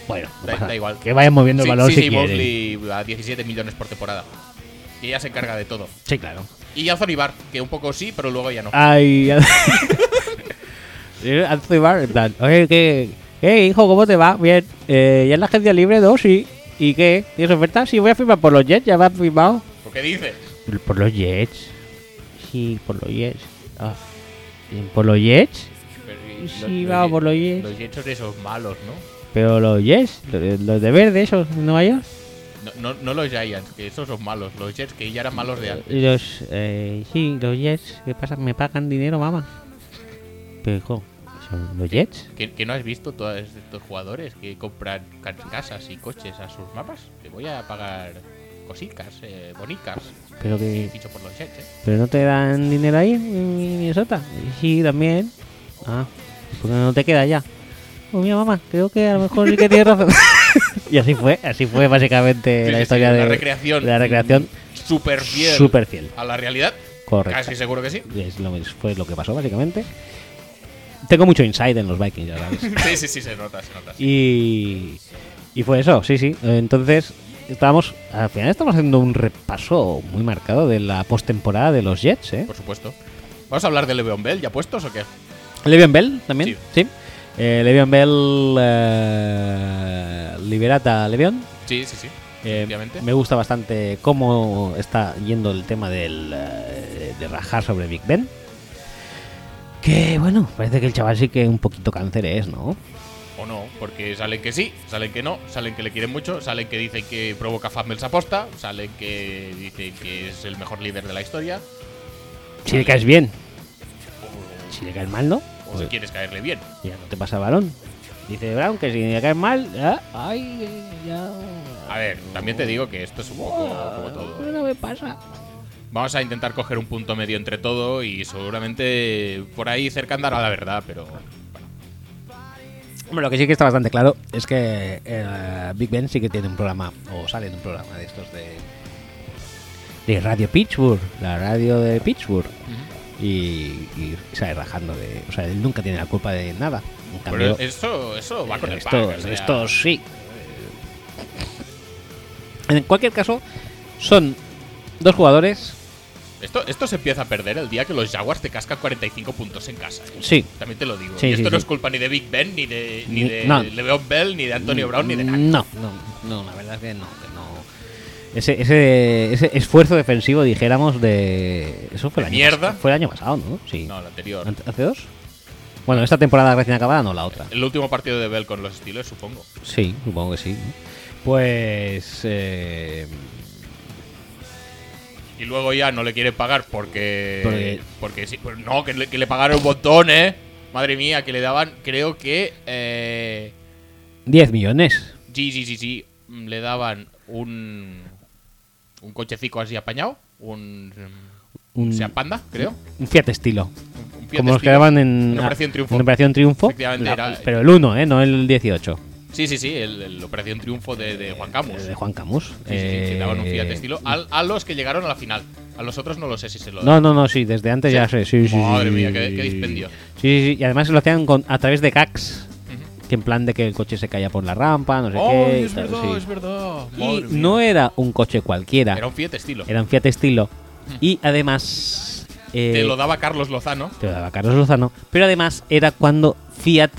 Bueno, no Da- pasa- da igual. Que vayan moviendo el Sí, balón sí, si sí, quieren. Mosley a 17 millones por temporada. Y ella se encarga de todo. Sí, claro. Y Anthony Barr, que un poco sí, pero luego ya Ah. no. Ay, Anthony Barr, en plan, oye, ¿qué, qué, hijo, ¿cómo te va? Bien, eh, ya en la agencia libre 2, sí. ¿Y qué? ¿Tienes oferta? Sí, voy a firmar por los Jets, ya me has firmado. ¿Por qué dices? ¿Por los Jets? Sí, por los Jets. Ah, bien, ¿Por los Jets? Pero, Sí, y va, por los Jets. Los Jets son esos malos, ¿no? Pero los Jets, los, los de verde, esos, de Nueva York. No, no, no los Giants, que esos son malos. Los Jets que ya eran malos de antes. Los, eh, sí, los Jets, ¿qué pasa? ¿Me pagan dinero, mamá? Pero, hijo, ¿son los Jets? ¿Que, que no has visto todos estos jugadores que compran ca- casas y coches a sus mapas? Te voy a pagar cositas, eh, bonicas. Pero que... Dicho por los Jets, ¿eh? ¿Pero no te dan dinero ahí en Minnesota? Sí, también. Ah, ¿por qué no te queda ya? Pues mira, mamá, creo que a lo mejor sí que tienes razón. y así fue, así fue básicamente Sí, la sí, historia sí, de la recreación. de la recreación Super fiel. súper fiel. ¿A la realidad? Correcto. Casi seguro que sí. Es lo, fue lo que pasó, básicamente. Tengo mucho insight en los Vikings, ya sabes. Sí, sí, sí, se nota, se nota. Y, y fue eso, sí, sí. Entonces, estábamos, al final estamos haciendo un repaso muy marcado de la postemporada de los Jets, ¿eh? Por supuesto. ¿Vamos a hablar de Le'Veon Bell ya puestos o qué? Le'Veon Bell también, Sí. sí. Eh, Le'Veon Bell eh, liberata a Le'Veon. Sí, sí, sí. Eh, Obviamente. me gusta bastante cómo está yendo el tema del, eh, de rajar sobre Big Ben. Que bueno, parece que el chaval sí que un poquito cáncer es, ¿no? O no, porque salen que sí, salen que no, salen que le quieren mucho, salen que dicen que provoca fumbles aposta, salen que dicen que es el mejor líder de la historia. Si le caes bien, si le caes mal, ¿no? O si quieres caerle bien. Ya no te pasa el balón. Dice Brown que si le caes mal, ya, ay, eh, ya. Ah, A ver, también te digo que esto es un poco como Pero todo. Ah, no me pasa. Vamos a intentar coger un punto medio entre todo y seguramente por ahí cerca andará la verdad, pero Hombre, lo que sí que está bastante claro es que eh, Big Ben sí que tiene un programa, o sale en un programa de estos de, de Radio Pittsburgh, la radio de Pittsburgh. Y, y sale rajando de. O sea, él nunca tiene la culpa de nada. En Pero cambio, eso, eso va con el esto, pack, o sea, esto sí. En cualquier caso, son dos jugadores. esto, esto se empieza a perder el día que los Jaguars te cascan 45 puntos en casa. ¿eh? Sí. También te lo digo. Sí, sí, y esto sí. no es culpa ni de Big Ben, ni de, ni Ni- de no. Mm, Le'Veon Bell, ni de Antonio Brown, ni de nada. No, no, no, la verdad es que no. que no. Ese, ese, ese esfuerzo defensivo, dijéramos, de. Eso fue el, De año mierda. pas- Fue el año pasado, ¿no? Sí. No, el anterior. Ante- ¿Hace dos? Bueno, esta temporada recién acabada, no la otra. El último partido de Bell con los Steelers, supongo. Sí, supongo que sí. Pues. eh, Y luego ya no le quieren pagar porque. Porque- Porque, sí. Pues no, que le, que le pagaron un montón, ¿eh? Madre mía, que le daban, creo que. Eh, 10 millones. sí, sí, sí, sí. mm, Le daban un. Un cochecico así apañado. Un. Un, mm, Sea panda, creo. un Fiat estilo. Un- un Fiat Como los que Stilo. daban en. En Operación Triunfo. en Operación Triunfo. Efectivamente, era- pero el 1, ¿eh? No el 18. Sí, sí, sí. El, el Operación Triunfo de, de Juan Camus. Eh, De Juan Camus. Sí, sí, sí, Eh, que daban un Fiat estilo al- a, los que llegaron a la final. A los otros no lo sé si se lo No, no, no, sí, desde antes ¿Sí? ya sé. Sí, sí, Madre sí, mía, sí, qué- sí, qué sí. dispendio. Sí, sí, sí, y además lo hacían con, a través de gags. Que en plan de que el coche se caía por la rampa, no sé qué. y tal, sí. verdad. Y no era un coche cualquiera, Era un Fiat estilo. era un Fiat estilo. Y además eh, Te lo daba Carlos Lozano. te lo daba Carlos Lozano. Pero además era cuando Fiat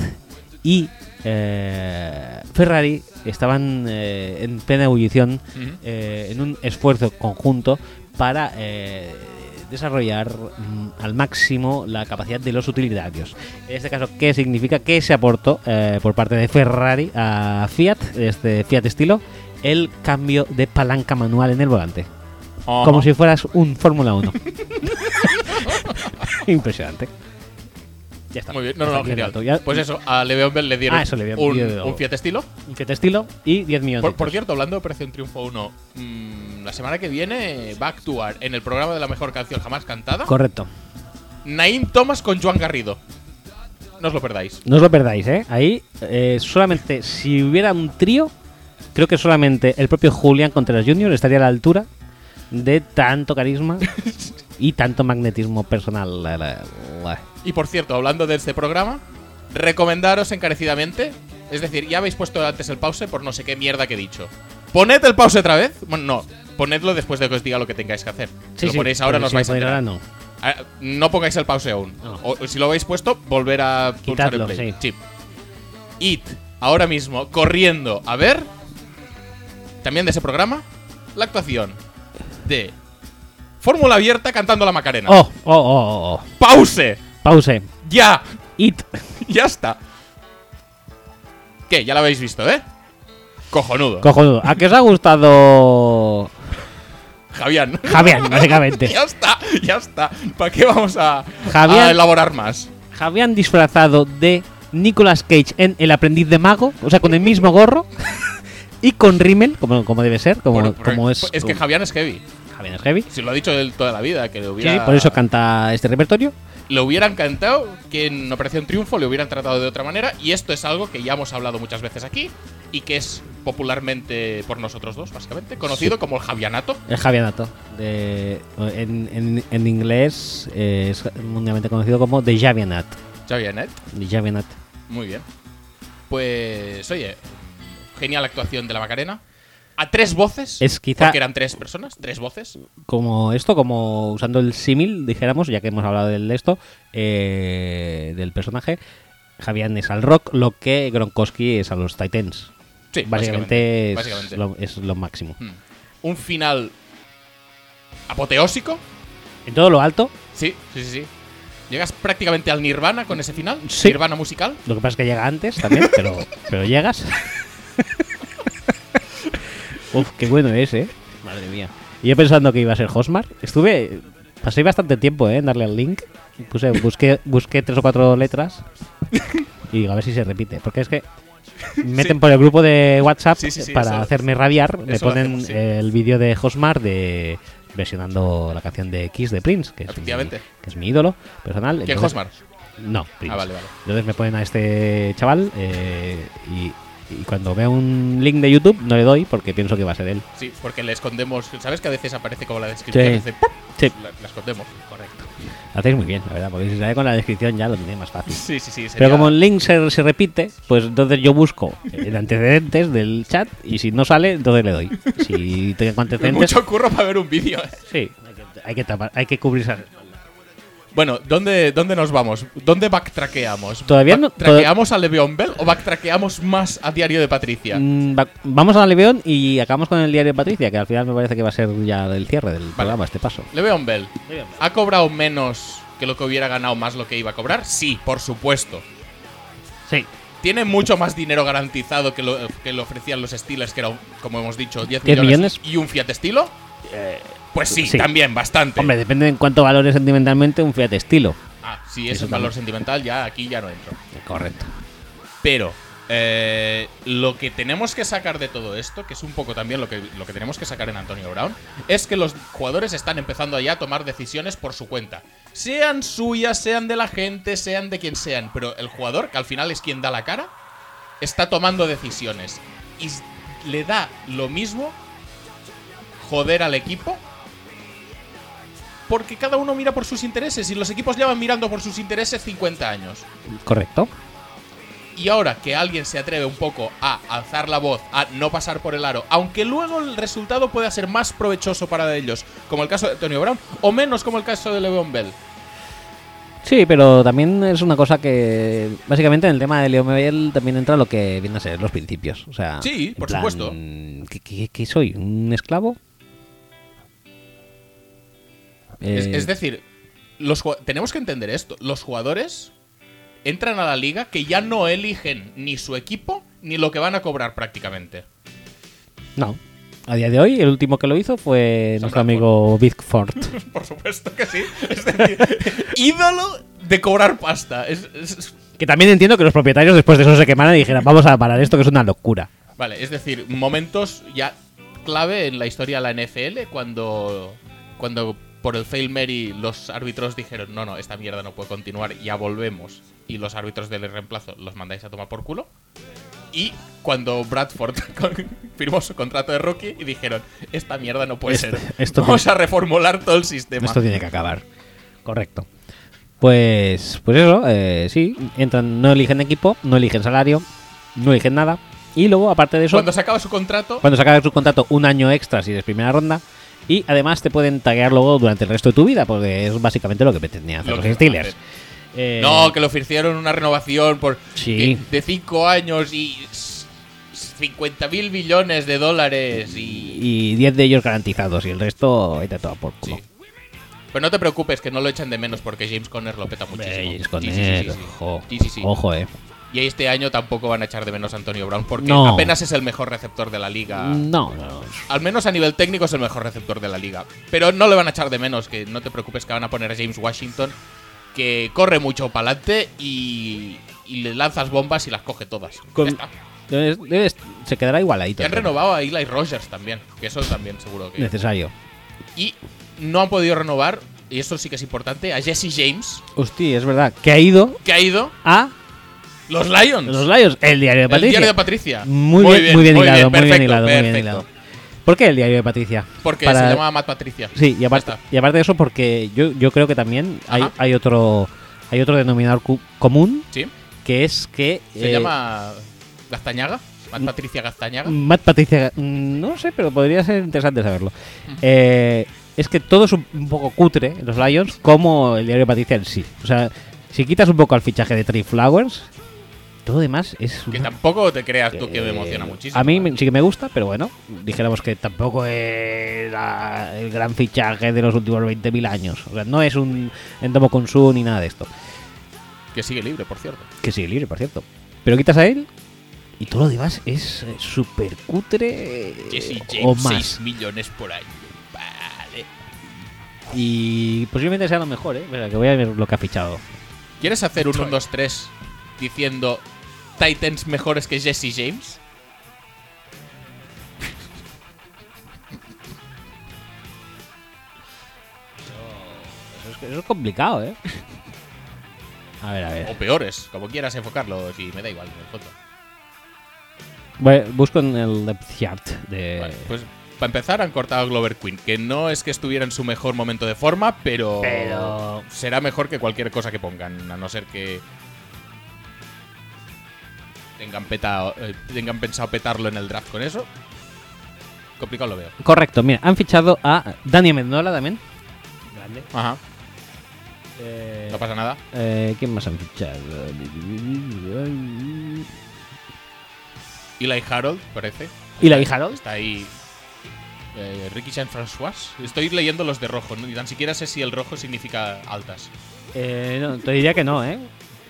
y eh, Ferrari estaban eh, en plena ebullición, Ujú. eh, en un esfuerzo conjunto para eh, desarrollar mm, al máximo la capacidad de los utilitarios. En este caso, ¿qué significa? ¿Qué se aportó eh, por parte de Ferrari a Fiat, este Fiat estilo? El cambio de palanca manual en el volante. Ajá. Como si fueras un Fórmula 1. Impresionante. Ya está. Muy bien, no, no, Hasta no, aquí el genial. dato. Ya- Pues eso, a Leveon Bell le dieron Ah, eso, Le'Veon un, Bell. un Fiat estilo. Un Fiat estilo y 10 millones. Por, por cierto, hablando de Operación Triunfo 1, mm, la semana que viene va a actuar en el programa de la mejor canción jamás cantada Correcto. Naim Thomas con Joan Garrido. No os lo perdáis. No os lo perdáis, ¿eh? Ahí, eh, solamente si hubiera un trío, creo que solamente el propio Julián Contreras Jr. estaría a la altura de tanto carisma y tanto magnetismo personal. La, la, la. Y por cierto, hablando de este programa, recomendaros encarecidamente. Es decir, ya habéis puesto antes el pause por no sé qué mierda que he dicho. Poned el pause otra vez. Bueno, no. Ponedlo después de que os diga lo que tengáis que hacer. si lo ponéis ahora, porque no os si lo vais a ponéis enterar. ahora, no. Ah, No pongáis el pause aún. No. O, o si lo habéis puesto, volver a pulsar Quitadlo, el play. sí. It, ahora mismo, corriendo a ver. También de ese programa, la actuación de Fórmula Abierta cantando la Macarena. Oh, oh, oh, oh, oh. ¡Pause! Pause. ¡Ya! It. ¡Ya está! ¿Qué? Ya lo habéis visto, ¿eh? Cojonudo. Cojonudo. ¿A qué os ha gustado Javián. Javián, básicamente? ya está, ya está. ¿Para qué vamos a, Javián. a elaborar más? Javián disfrazado de Nicolas Cage en El aprendiz de mago, o sea, con el mismo gorro y con rímel, como, como debe ser, como, Por- por- como es. es que Javián es heavy. Javián es heavy. Si lo ha dicho él toda la vida, que le Sí, hubiera. sí, por eso canta este repertorio. Le hubieran cantado que en Operación Triunfo le hubieran tratado de otra manera. Y esto es algo que ya hemos hablado muchas veces aquí. Y que es popularmente por nosotros dos, básicamente. Conocido como el Javianato. El Javianato. de- en, en- en inglés eh, es mundialmente conocido como The Javianat. Javianet. The Javianat. Muy bien. Pues, oye, genial actuación de la Macarena. A tres voces. Es quizá- Porque eran tres personas, tres voces. Como esto, como usando el símil, dijéramos, ya que hemos hablado del esto, eh, del personaje, Javián es al rock lo que Gronkowski es a los Titans. Sí, básicamente, básicamente. es, básicamente. Lo, es lo máximo. Mm. Un final apoteósico. En todo lo alto, Sí, sí, sí, sí. Llegas prácticamente al Nirvana con ese final. Sí. Nirvana musical. lo que pasa es que llega antes también, pero, pero llegas. Uf, qué bueno es, eh. Madre mía. Y yo pensando que iba a ser Hosmar, estuve. Pasé bastante tiempo, eh, en darle al link. Puse, busqué, busqué tres o cuatro letras. Y digo, a ver si se repite. Porque es que. Meten por el grupo de WhatsApp Sí, sí, sí, para eso- hacerme rabiar. Me eso lo ponen hacemos, sí. el vídeo de Hosmar de versionando la canción de Kiss de Prince, que es, mi, Efectivamente. que es mi ídolo personal. ¿Qué, Entonces- Hosmar? no, Prince. Ah, vale, vale. Entonces me ponen a este chaval eh, y, y cuando veo un link de YouTube no le doy porque pienso que va a ser él. Sí, porque le escondemos. ¿Sabes que a veces aparece como la descripción? Sí. Hace ¡pum! Sí. La, la escondemos. Correcto. Hacéis muy bien, la verdad, porque si sale con la descripción ya lo tiene más fácil. Sí, sí, sí. sería- Pero como el link se, se repite, pues entonces yo busco el antecedentes del chat y si no sale, entonces le doy. Si tengo antecedentes, Mucho curro para ver un vídeo. eh. sí, hay que, hay que tapar, hay que cubrir esas espaldas. Bueno, ¿dónde, ¿dónde nos vamos? ¿Dónde backtraqueamos? Todavía no- ¿Backtraqueamos a Le'Veon Bell o backtraqueamos más a Diario de Patricia? Mm, va- vamos a Leveón y acabamos con el diario de Patricia, que al final me parece que va a ser ya el cierre del programa este paso. Le'Veon Bell. ¿Ha cobrado menos que lo que hubiera ganado más lo que iba a cobrar? Sí, por supuesto. Sí, Tiene mucho más dinero garantizado que lo que le ofrecían los Steelers, que era, un- como hemos dicho, 10 ¿Diez millones, millones? Eh, y un Fiat estilo. pues sí, sí. también, bastante. Hombre, depende de en cuánto valore sentimentalmente un Fiat estilo. Ah, sí, es Eso un valor también. sentimental, ya aquí ya no entro. Correcto. Pero eh, lo que tenemos que sacar de todo esto, que es un poco también lo que, lo que tenemos que sacar en Antonio Brown, es que los jugadores están empezando ya a tomar decisiones por su cuenta. Sean suyas, sean de la gente, sean de quien sean, pero el jugador, que al final es quien da la cara, está tomando decisiones. Y s- le da lo mismo joder al equipo. Porque cada uno mira por sus intereses y los equipos llevan mirando por sus intereses 50 años. Correcto. Y ahora que alguien se atreve un poco a alzar la voz, a no pasar por el aro, aunque luego el resultado pueda ser más provechoso para ellos, como el caso de Antonio Brown, o menos como el caso de Le'Veon Bell. Sí, pero también es una cosa que básicamente en el tema de Leo Mebel también entra lo que viene a ser los principios. O sea, Sí, en por plan, supuesto. ¿qué, qué- qué soy? ¿Un esclavo? Es, Eh, es decir, los, ju- tenemos que entender esto. Los jugadores entran a la liga que ya no eligen ni su equipo ni lo que van a cobrar prácticamente. No. A día de hoy, el último que lo hizo fue Sam nuestro Bradford. amigo Bigford. Por supuesto que sí. Es decir, ídolo de cobrar pasta. Es- es- que también entiendo que los propietarios después de eso se quemaran y dijeran, vamos a parar esto que es una locura. vale, es decir, momentos ya clave en la historia de la NFL cuando, cuando por el fail Mary los árbitros dijeron, no, no, esta mierda no puede continuar, ya volvemos. Y los árbitros del reemplazo los mandáis a tomar por culo. Y cuando Bradford con- firmó su contrato de rookie y dijeron, esta mierda no puede Esto- ser. Este, esto- Vamos a reformular todo el sistema. Esto tiene que acabar. Correcto. Pues, pues eso, eh, sí. Entran, no eligen equipo, no eligen salario, no eligen nada. Y luego, aparte de eso, Cuando se acaba su contrato, cuando se acaba su contrato, un año extra si eres primera ronda. Y además te pueden taguear luego durante el resto de tu vida, porque es básicamente lo que pretendían hacer Lo los que Steelers. hacen. Eh, No, que le ofrecieron una renovación por eh, Sí. de 5 años y s- 50 mil millones de dólares y... Y 10 de ellos garantizados, y el resto, vete a todo por culo. Sí. Pero no te preocupes, que no lo echan de menos porque James Conner lo peta muchísimo. Hombre, es con Sí, sí, sí, él, sí, sí. ojo, Sí, sí, sí. ojo, eh. Y este año tampoco van a echar de menos a Antonio Brown porque No. Mm. apenas es el mejor receptor de la liga. No, no, Al menos a nivel técnico es el mejor receptor de la liga. Pero no le van a echar de menos, que no te preocupes que van a poner a James Washington, que corre mucho para adelante y, y le lanzas bombas y las coge todas. Con- Ya está. debes- debes- se quedará igualadito. Y han el tema. renovado a Eli Rogers también, que eso también seguro que. Necesario. Y no han podido renovar, y esto sí que es importante, a Jesse James, Hostia, es verdad, que ha ido que ha ido a los Lions. los Lions, el diario de Mm. el Patricia. diario de Patricia. Muy, bien, muy bien hilado, muy bien perfecto, hilado, muy bien perfecto. hilado. ¿Por qué el diario de Patricia? Porque Para- se llamaba Matt Patricia. Sí, y aparte, Ya está. y aparte de eso, porque yo, yo creo que también hay, Ajá. hay otro hay otro denominador cu- común Sí, que es que se eh, mm, llama Gastañaga. Matt Patricia Gastañaga. Matt Patricia, mm, no sé, pero podría ser interesante saberlo. Eh, es que todo es un, un poco cutre en los Lions, como el diario de Patricia en sí. O sea, si quitas un poco al fichaje de Tree Flowers, todo demás es. Que una- tampoco te creas tú que me eh, emociona muchísimo. A mí ¿eh? me- sí que me gusta, pero bueno, dijéramos que tampoco era el gran fichaje de los últimos 20.000 años. O sea, no es un endomo con su ni nada de esto. Que sigue libre, por cierto. Que sigue libre, por cierto. Pero quitas a él y todo lo demás es eh, súper cutre eh, Jesse o James, más. 6 millones por año. Vale. Y posiblemente sea lo mejor, ¿eh? Espera, que voy a ver lo que ha fichado. ¿Quieres hacer un 1, 2, 3 diciendo Titans mejores que Jesse James? Eso es, eso es complicado, ¿eh? A ver, a O ver. peores, como quieras enfocarlo, si me da igual, en el fondo. Voy- busco en el depth chart de... Vale, pues para empezar han cortado a Glover Queen, que no es que estuviera en su mejor momento de forma, pero, Pero- será mejor que cualquier cosa que pongan, a no ser que tengan, petao- eh, tengan pensado petarlo en el draft con eso. Complicado lo veo. Correcto, mira, han fichado a Dani Mendola también. Grande. Ajá, Eh, no pasa nada. eh, ¿Quién más han fichado? Eli Harold, parece. ¿Y la hija Harold? Está ahí. eh, Ricky Jean François. Estoy leyendo los de rojo, ¿no? ni tan siquiera sé si el rojo significa altas. Eh, no, te diría que no, ¿eh?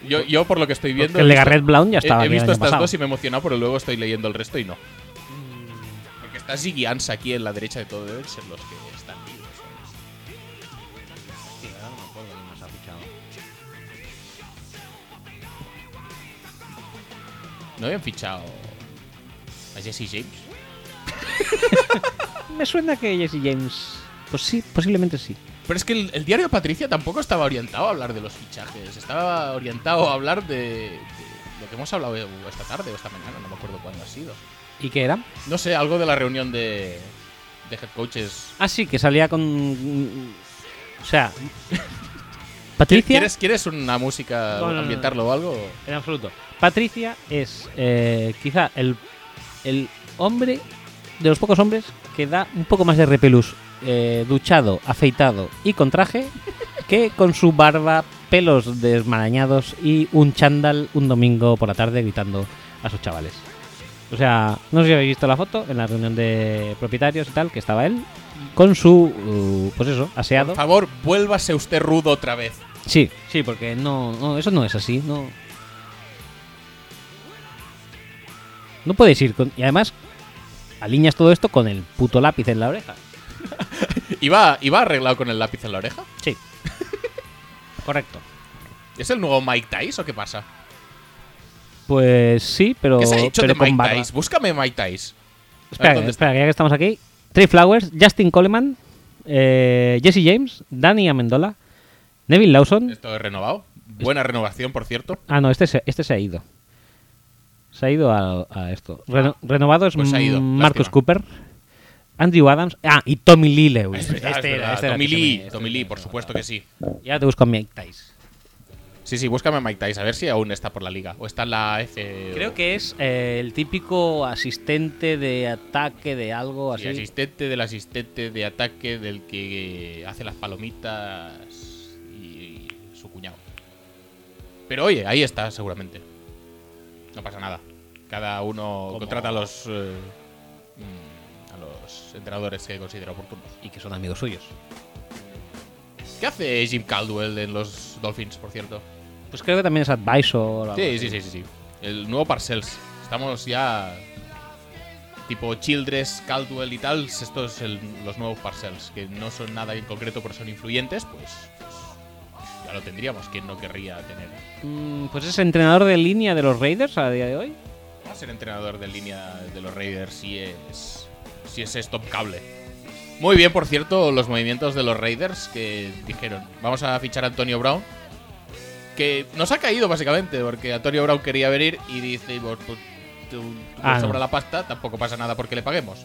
Yo, yo por lo que estoy viendo. Porque el de he visto- Garrett Blount ya he- estaba aquí He, el visto año estas pasado. dos y me he emocionado, pero luego estoy leyendo el resto y no. Mm, Porque está Ziggy Ansah aquí en la derecha de todo ellos, en los que están vivos. ¿sabes? No habían fichado a Jesse James. Me suena que Jesse James... Pues sí, posiblemente sí. Pero es que el, el diario de Patricia tampoco estaba orientado a hablar de los fichajes, estaba orientado a hablar de, de lo que hemos hablado esta tarde o esta mañana, no me acuerdo cuándo ha sido. ¿Y qué era? No sé, algo de la reunión de, de head coaches. Ah, sí, que salía con... O sea... mm, Patricia, ¿Quieres, ¿Quieres una música, No, no, no, ambientarlo o algo? en absoluto. Patricia es eh, quizá el, el hombre, de los pocos hombres, que da un poco más de repelús eh, duchado, afeitado y con traje que con su barba, pelos desmarañados y un chándal un domingo por la tarde gritando a sus chavales. O sea, no sé si habéis visto la foto en la reunión de propietarios y tal, que estaba él con su, uh, pues eso, aseado. Por favor, vuélvase usted rudo otra vez. Sí, sí, porque no, no, eso no es así, no. No puedes ir con. Y además, alineas todo esto con el puto lápiz en la oreja. ¿Iba, ¿Iba arreglado con el lápiz en la oreja? Sí. Correcto. ¿Es el nuevo Mike Tyson o qué pasa? Pues sí, pero. ¿Qué se ha hecho pero de con Mike barba. Tyson? Búscame Mike Tyson. Espera, ¿Dónde que- está? espera, que ya que estamos aquí. Trey Flowers, Justin Coleman, eh, Jesse James, Danny Amendola, Neville Lawson. Esto es renovado. Buena renovación, por cierto. Ah, no, este se, este se ha ido. Se ha ido a, a esto. Reno- renovado es pues se ha ido, mm, Marcus lástima. Cooper, Andrew Adams. Ah, y Tommy Lee Lewis. Es verdad, Ah, es Este era- verdad. era Tommy que se Lee, me- este Tommy se Lee, me por sonaba. supuesto que sí. Y ahora te busco a Mike Tice. Sí, sí, búscame a Mike Tyson, a ver si aún está por la liga. O está en la F. Creo que es eh, el típico asistente de ataque de algo Sí, así. asistente del asistente de ataque del que hace las palomitas y su cuñado. Pero oye, ahí está, seguramente. No pasa nada. Cada uno contrata a los. eh, mm, a los entrenadores que considera oportunos. Y que son amigos suyos. ¿Qué hace Jim Caldwell en los Dolphins, por cierto? Pues creo que también es advisor. o algo Sí, así. sí, sí, sí, sí. El nuevo Parcells. Estamos ya. Tipo Childress, Caldwell y tal. Estos son los nuevos Parcells. Que no son nada en concreto, pero son influyentes. Pues. pues, ya lo tendríamos. ¿Quién no querría tener. Mm, pues es entrenador de línea de los Raiders a día de hoy. Va a Ah, ser entrenador de línea de los Raiders si es. Si es stop cable. Muy bien, por cierto, los movimientos de los Raiders que dijeron: Vamos a fichar a Antonio Brown. Que nos ha caído, básicamente, porque Antonio Brown quería venir y dice: "Pues, pues, tú- tú Ah, me sobra no. la pasta, tampoco pasa nada porque le paguemos.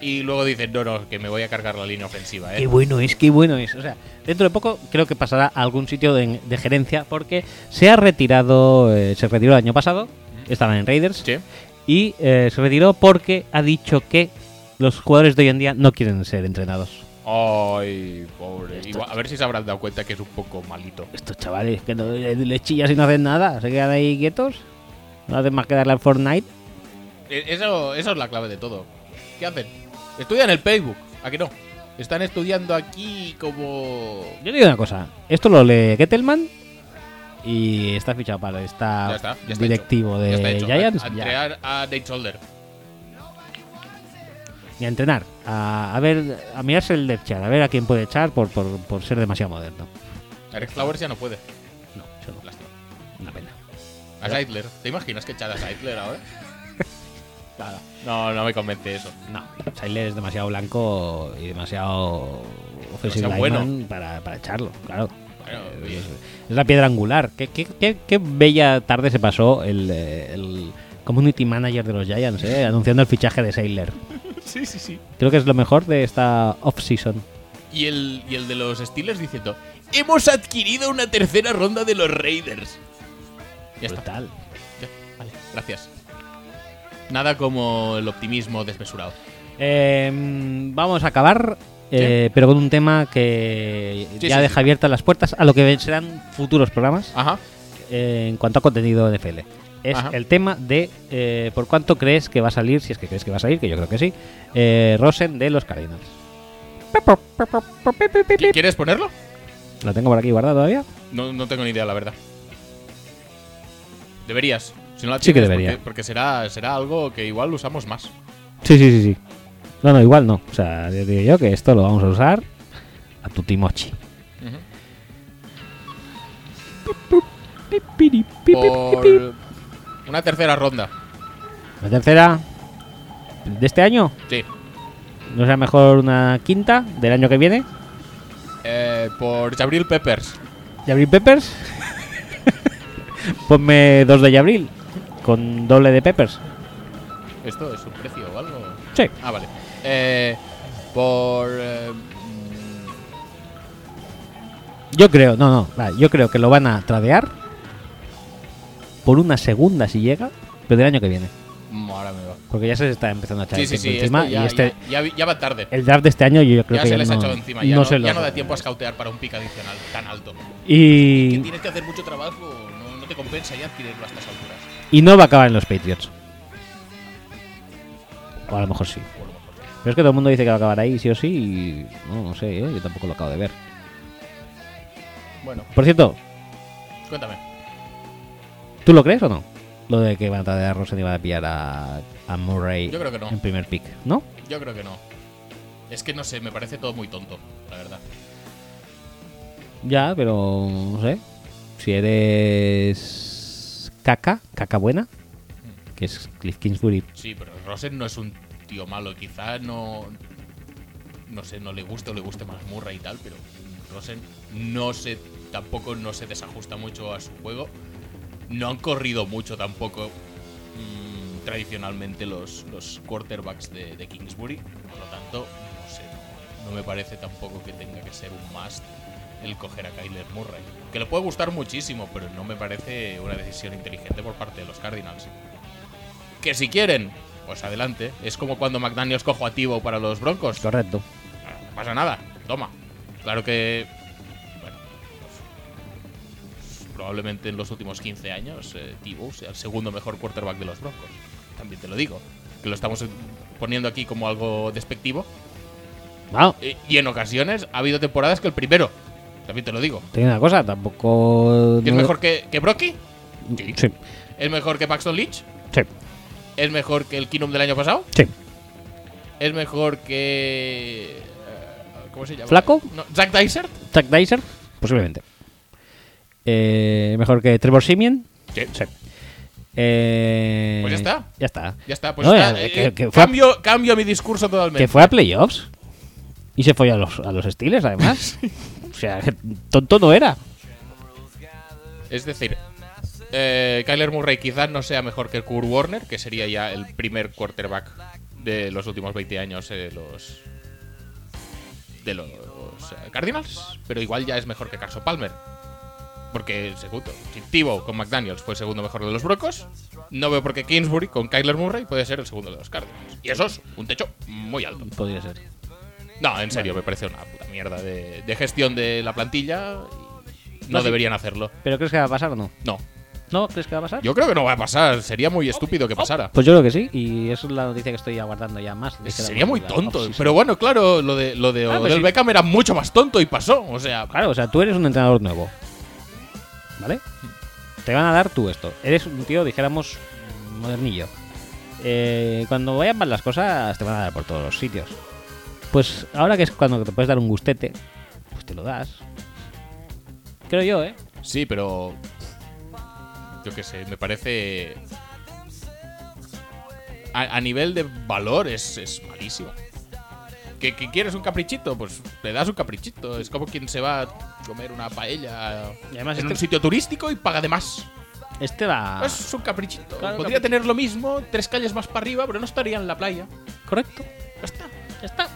Y luego dicen: No, no, que me voy a cargar la línea ofensiva, Qué eh. bueno es, qué bueno es. O sea, dentro de poco creo que pasará a algún sitio de, de gerencia porque se ha retirado, eh, se retiró el año pasado, estaba en Raiders, Sí. y eh, se retiró porque ha dicho que los jugadores de hoy en día no quieren ser entrenados. Ay, pobre. Igual- a ver si se habrán dado cuenta que es un poco malito. Estos chavales que no, les les chillas y no hacen nada, se quedan ahí quietos, no hacen más que darle al Fortnite. E- Eso, eso es la clave de todo. ¿Qué hacen? Estudian el Facebook. ¿A que no? Están estudiando aquí como... Yo te digo una cosa, esto lo lee Gettelman y está fichado para esta Ya está, ya está Ah, directivo hecho. Ya está de hecho. Giants. A, a ya. entrenar a Nate Solder. y a entrenar, a, a ver, a mirarse el depth chart, a ver a quién puede echar por, por, por ser demasiado moderno. Eric Flowers ya no puede. No, eso no, Lástima. una pena. A Seidler. ¿Te imaginas que echar a Seidler ahora? No, no me convence eso. No, Sailor es demasiado blanco y demasiado ofensivo Demasiado bueno. para, para echarlo, claro. Bueno, Eh, bien. es, es la piedra angular. Qué, qué- qué- qué bella tarde se pasó el, eh, el community manager de los Giants, eh, anunciando el fichaje de Sailor. Sí, sí, sí. Creo que es lo mejor de esta off-season. Y el, y el de los Steelers diciendo, hemos adquirido una tercera ronda de los Raiders. Ya está. Brutal. Ya. Vale, gracias. Nada como el optimismo desmesurado. Eh, vamos a acabar, eh, pero con un tema que Sí, ya sí, deja sí. abiertas las puertas a lo que serán futuros programas Ajá. eh, en cuanto a contenido NFL. Es Ajá. el tema de eh, por cuánto crees que va a salir, si es que crees que va a salir, que yo creo que sí, eh, Rosen de los Cardinals. ¿Qui- ¿Quieres ponerlo? Lo tengo por aquí guardado todavía. No, no tengo ni idea, la verdad. Deberías. Si no la Sí que tienes, debería. Porque, porque será, será algo que igual usamos más. Sí, sí, sí, sí. No, no, igual no. O sea, yo digo yo que esto lo vamos a usar a tu Timochi. Por una tercera ronda. La tercera de este año. Sí. ¿No será mejor una quinta del año que viene? Eh, por Jabril Peppers. ¿Jabril Peppers? Ponme dos de Jabril con doble de Peppers. ¿Esto es un precio o algo? Sí. Ah, vale. Eh, por. eh, mm, Yo creo, no, no, vale, yo creo que lo van a tradear por una segunda si llega, pero del año que viene. mm, Ahora me va. Porque ya se les está empezando a echar Sí, el sí, tiempo sí. encima. esto ya, y este, ya- ya- ya va tarde. el draft de este año yo creo ya que se ya les no, ha echado encima. Ya no, se lo- ya no da tiempo a escautear para un pick adicional tan alto. Que Y, tienes que hacer mucho trabajo. No, no te compensa ya adquirirlo a estas alturas. y no va a acabar en los Patriots. O a lo mejor sí. Pero es que todo el mundo dice que va a acabar ahí, sí o sí. Y no, no sé, ¿eh? yo tampoco lo acabo de ver. Bueno, Por cierto, cuéntame. ¿tú lo crees o no? Lo de que van a tradear a Rosen y van a pillar a, a Murray Yo creo que no. en primer pick, ¿no? Yo creo que no. Es que no sé, me parece todo muy tonto, la verdad. Ya, pero no sé. Si eres caca, caca buena, Mm. que es Cliff Kingsbury. Sí, pero Rosen no es un tío malo. Quizá no. No sé, no le guste o le guste más Murray y tal, pero Rosen no se. Tampoco no se desajusta mucho a su juego. No han corrido mucho tampoco mm, tradicionalmente los, los quarterbacks de, de Kingsbury. Por lo tanto, no sé, no, no me parece tampoco que tenga que ser un must el coger a Kyler Murray. Que le puede gustar muchísimo, pero no me parece una decisión inteligente por parte de los Cardinals. Que si quieren, pues adelante. Es como cuando McDaniels cojo a Tivo para los Broncos. No Correcto. pasa nada, toma. Claro que. Bueno. pues, probablemente en los últimos 15 años eh, Tebow sea el segundo mejor quarterback de los Broncos. También te lo digo. Que lo estamos eh, poniendo aquí como algo despectivo. Wow. Eh, y en ocasiones ha habido temporadas que el primero. También te lo digo. Te digo una cosa, tampoco. ¿Es mejor que, que Brocky? Sí. Sí, ¿Es mejor que Paxton Lynch? sí, ¿Es mejor que el Kinum del año pasado? sí. es mejor que. eh, ¿Cómo se llama? ¿Flaco? No, ¿Zack Dysert? Chuck Dyser, posiblemente. Eh, mejor que Trevor Simeon. Sí. Sí. Eh, Pues ya está. Ya está. Ya está, pues No, está, ya, eh, que- eh, que fue a- cambio, cambio mi discurso totalmente. Que fue a playoffs. Y se fue a los, a los Steelers, además. o sea, tonto no era. Es decir, eh, Kyler Murray quizás no sea mejor que Kurt Warner, que sería ya el primer quarterback de los últimos 20 años eh, de los. de los eh, Cardinals, pero igual ya es mejor que Carson Palmer. Porque el segundo, si Tebow con McDaniels fue el segundo mejor de los Brocos, no veo por qué Kingsbury con Kyler Murray puede ser el segundo de los Cardinals. Y eso es un techo muy alto. Podría ser. No, en serio, me parece una puta mierda de, de gestión de la plantilla. y No sí. deberían hacerlo. ¿Pero crees que va a pasar o no? No, ¿No? ¿Crees que va a pasar? yo creo que no va a pasar. Sería muy estúpido que pasara. Pues yo creo que sí, y esa es la noticia que estoy aguardando ya más. Sería muy La tonto. off-season. Pero bueno, claro, lo de, lo de Ah, pero Odell sí. Beckham era mucho más tonto y pasó. O sea, Claro, o sea, tú eres un entrenador nuevo. ¿Vale? Te van a dar tú esto. Eres un tío, dijéramos, modernillo. Eh, cuando vayan mal las cosas, te van a dar por todos los sitios. Pues ahora que es cuando te puedes dar un gustete, pues te lo das. Creo yo, ¿eh? sí, pero. Yo qué sé, me parece. A, a nivel de valor es, es malísimo. ¿Que, que quieres un caprichito? Pues le das un caprichito. Es como quien se va a comer una paella Y además en este- un sitio turístico y paga de más. Este va. Es un caprichito. Claro, Podría caprichito. tener lo mismo, tres calles más para arriba, pero no estaría en la playa. Correcto. Ya está. Ya está.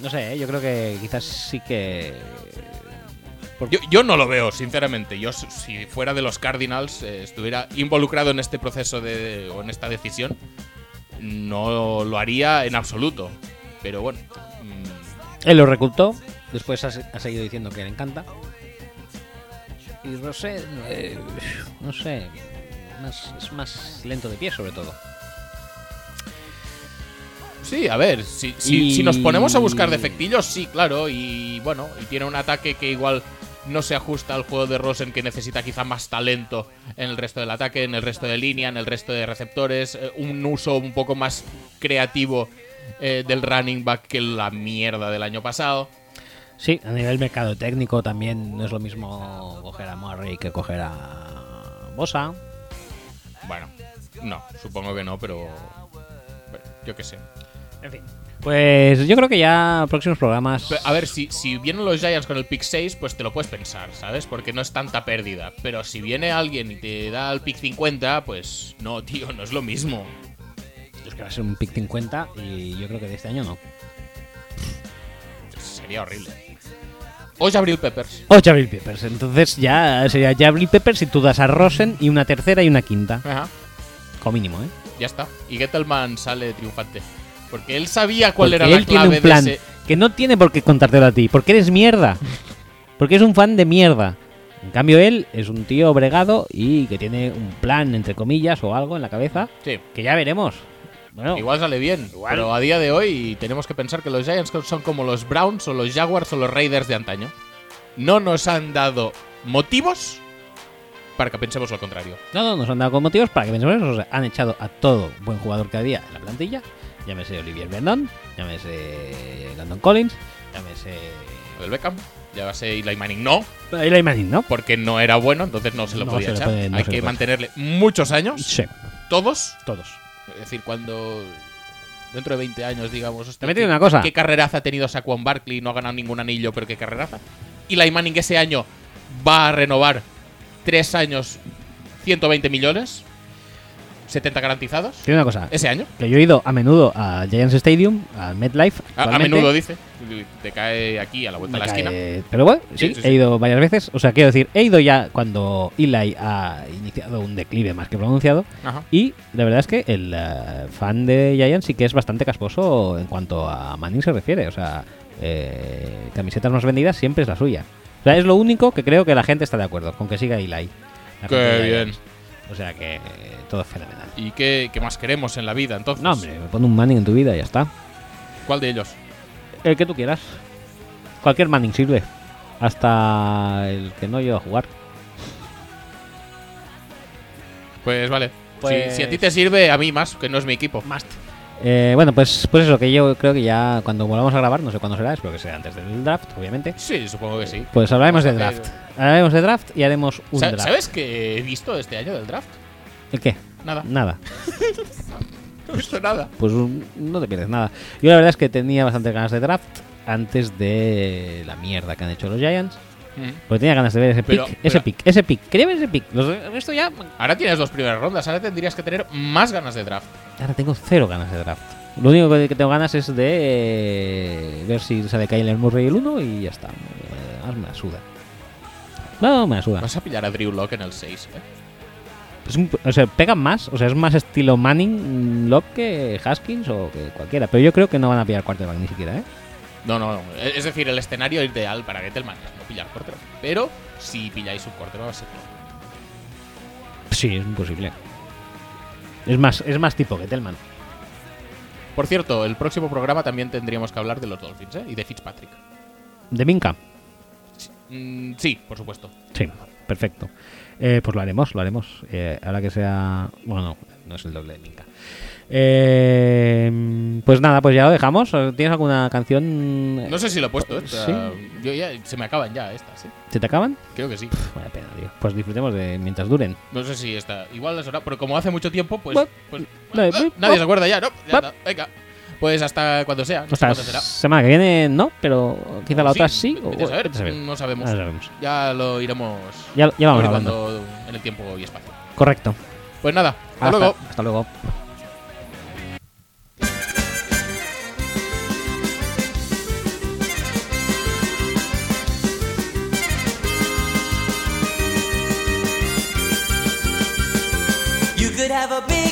No sé, ¿eh? yo creo que quizás sí que. Yo, yo no lo veo, sinceramente. Yo, si- si fuera de los Cardinals, eh, estuviera involucrado en este proceso de, o en esta decisión, no lo haría en absoluto. Pero bueno, mm, Él lo recultó, después ha, se- ha seguido diciendo que le encanta. Y Rosé, eh, no sé, más- es más lento de pie sobre todo. sí, a ver, si, si- Y- si nos ponemos a buscar defectillos, sí, claro. Y bueno, y tiene un ataque que igual no se ajusta al juego de Rosen, que necesita quizá más talento en el resto del ataque, en el resto de línea, en el resto de receptores, eh, un uso un poco más creativo eh, del running back que la mierda del año pasado. Sí, a nivel mercado técnico también no es lo mismo coger a Murray que coger a Bosa. Bueno, no, supongo que no, pero. pero Yo qué sé. En fin. Pues yo creo que ya próximos programas. Pe- A ver, si, si vienen los Giants con el pick 6, pues te lo puedes pensar, ¿sabes? Porque no es tanta pérdida. Pero si viene alguien y te da el pick 50, pues no, tío, no es lo mismo. Es que va a ser un pick 50 y yo creo que de este año no. Sería horrible. O Jabril Peppers. O Jabril Peppers. Entonces ya sería Jabril Peppers y tú das a Rosen y una tercera y una quinta. Ajá. Como mínimo, ¿eh? Ya está. Y Gettelman sale triunfante. Porque él sabía cuál Porque era la él tiene clave un plan de ese. que no tiene por qué contártelo a ti, porque eres mierda. Porque es un fan de mierda. En cambio, él es un tío obregado y que tiene un plan, entre comillas, o algo en la cabeza, Sí. que ya veremos. Bueno, Igual sale bien, pero a día de hoy tenemos que pensar que los Giants son como los Browns o los Jaguars o los Raiders de antaño. No nos han dado motivos para que pensemos lo contrario. no, no, nos han dado con motivos para que pensemos eso. O sea, han echado a todo buen jugador que había en la plantilla. Llámese Olivier Vernon, llámese Landon Collins, llámese... El Beckham, ya va a ser Eli Manning, no, Ahí la imagen, ¿no? porque no era bueno, entonces no se lo No podía se lo echar. puede- no Hay se lo que puede. mantenerle muchos años, Sí, todos. todos. Es decir, cuando dentro de 20 años, digamos, hostia, También te ¿qué- digo una cosa. ¿qué carreraza ha tenido Saquon Barkley? No ha ganado ningún anillo, pero qué carreraza. Y la Manning ese año va a renovar 3 años, 120 millones, 70 garantizados, Tiene una cosa. ese año. Que yo he ido a menudo al Giants Stadium, al MetLife. A- A, actualmente. menudo dice, te cae aquí a la vuelta Me de la esquina. cae- Pero bueno, sí, Sí, sí, sí. he ido varias veces. O sea, quiero decir, he ido ya cuando Eli ha iniciado un declive más que pronunciado. Ajá. Y la verdad es que el eh, fan de Giants sí que es bastante casposo en cuanto a Manning se refiere. O sea, eh, camisetas más vendidas siempre es la suya. O sea, es lo único que creo que la gente está de acuerdo con que siga Eli. la gente Qué de bien. Giants. O sea que eh, todo es fenomenal. ¿Y qué, qué más queremos en la vida entonces? No, hombre, me pone un Manning en tu vida y ya está. ¿Cuál de ellos? El que tú quieras. Cualquier Manning sirve. Hasta el que no lleva a jugar. Pues vale. Pues- Si, si a ti te sirve, a mí más, que no es mi equipo. Eh, bueno, pues, pues eso, que yo creo que ya cuando volvamos a grabar, no sé cuándo será, espero que sea antes del draft, obviamente. Sí, supongo que sí. Pues hablaremos de Vamos a hacer- draft. Hablaremos de draft y haremos un Sa- draft. ¿Sabes qué he visto este año del draft? ¿El qué? Nada. Nada. No he visto nada. Pues un- no te pierdes nada. Yo la verdad es que tenía bastante ganas de draft antes de la mierda que han hecho los Giants. Porque tenía ganas de ver ese Pero- pick, ese pero- pick, ese pick. Quería ver ese pick. Los, esto ya. Ahora tienes dos primeras rondas, ahora tendrías que tener más ganas de draft. Ahora tengo cero ganas de draft. Lo único que que tengo ganas es de eh, ver si sale Kyler Murray el 1 y ya está. Además me la suda. No, me la suda. Vas a pillar a Drew Locke en el ¿eh? 6. Es un- o sea, pegan más. O sea, es más estilo Manning, mm, Locke que Haskins o que cualquiera. Pero yo creo que no van a pillar quarterback ni siquiera, ¿eh? No, no, no. E- Es decir, el escenario ideal para Gettelman es no pillar quarterback. Pero si pilláis un quarterback va a ser peor. Sí, es imposible. Es más, es más tipo que Telman. Por cierto, el próximo programa también tendríamos que hablar de los Dolphins ¿eh? y de Fitzpatrick. De Minka. Mm, sí, por supuesto. Sí, perfecto. Eh, pues lo haremos, lo haremos. Eh, ahora que sea. Bueno, no, no es el doble de Minka. Eh, pues nada, pues ya lo dejamos. ¿Tienes alguna canción? No sé si lo he puesto. ¿eh? O sea, Sí. Yo ya, se me acaban ya estas. ¿eh? ¿Se te acaban? Creo que sí. Pff, Vaya pena, tío. Pues disfrutemos de mientras duren. No sé si está. Igual es hora, pero como hace mucho tiempo, pues. Bop. pues- No, Ah, bop. nadie se acuerda ya, ¿no? Ya Bop. está, venga. Pues hasta cuando sea. No O sé sea, cuándo será. Pues semana que viene no, pero quizá la otra sí. o- vete a saber, vete a saber. No sabemos. Ahora sabemos. Ya lo iremos Ya, ya vamos hablando. averiguando en el tiempo y espacio. Correcto. Pues nada, hasta luego. Hasta luego. You could have a big Oh,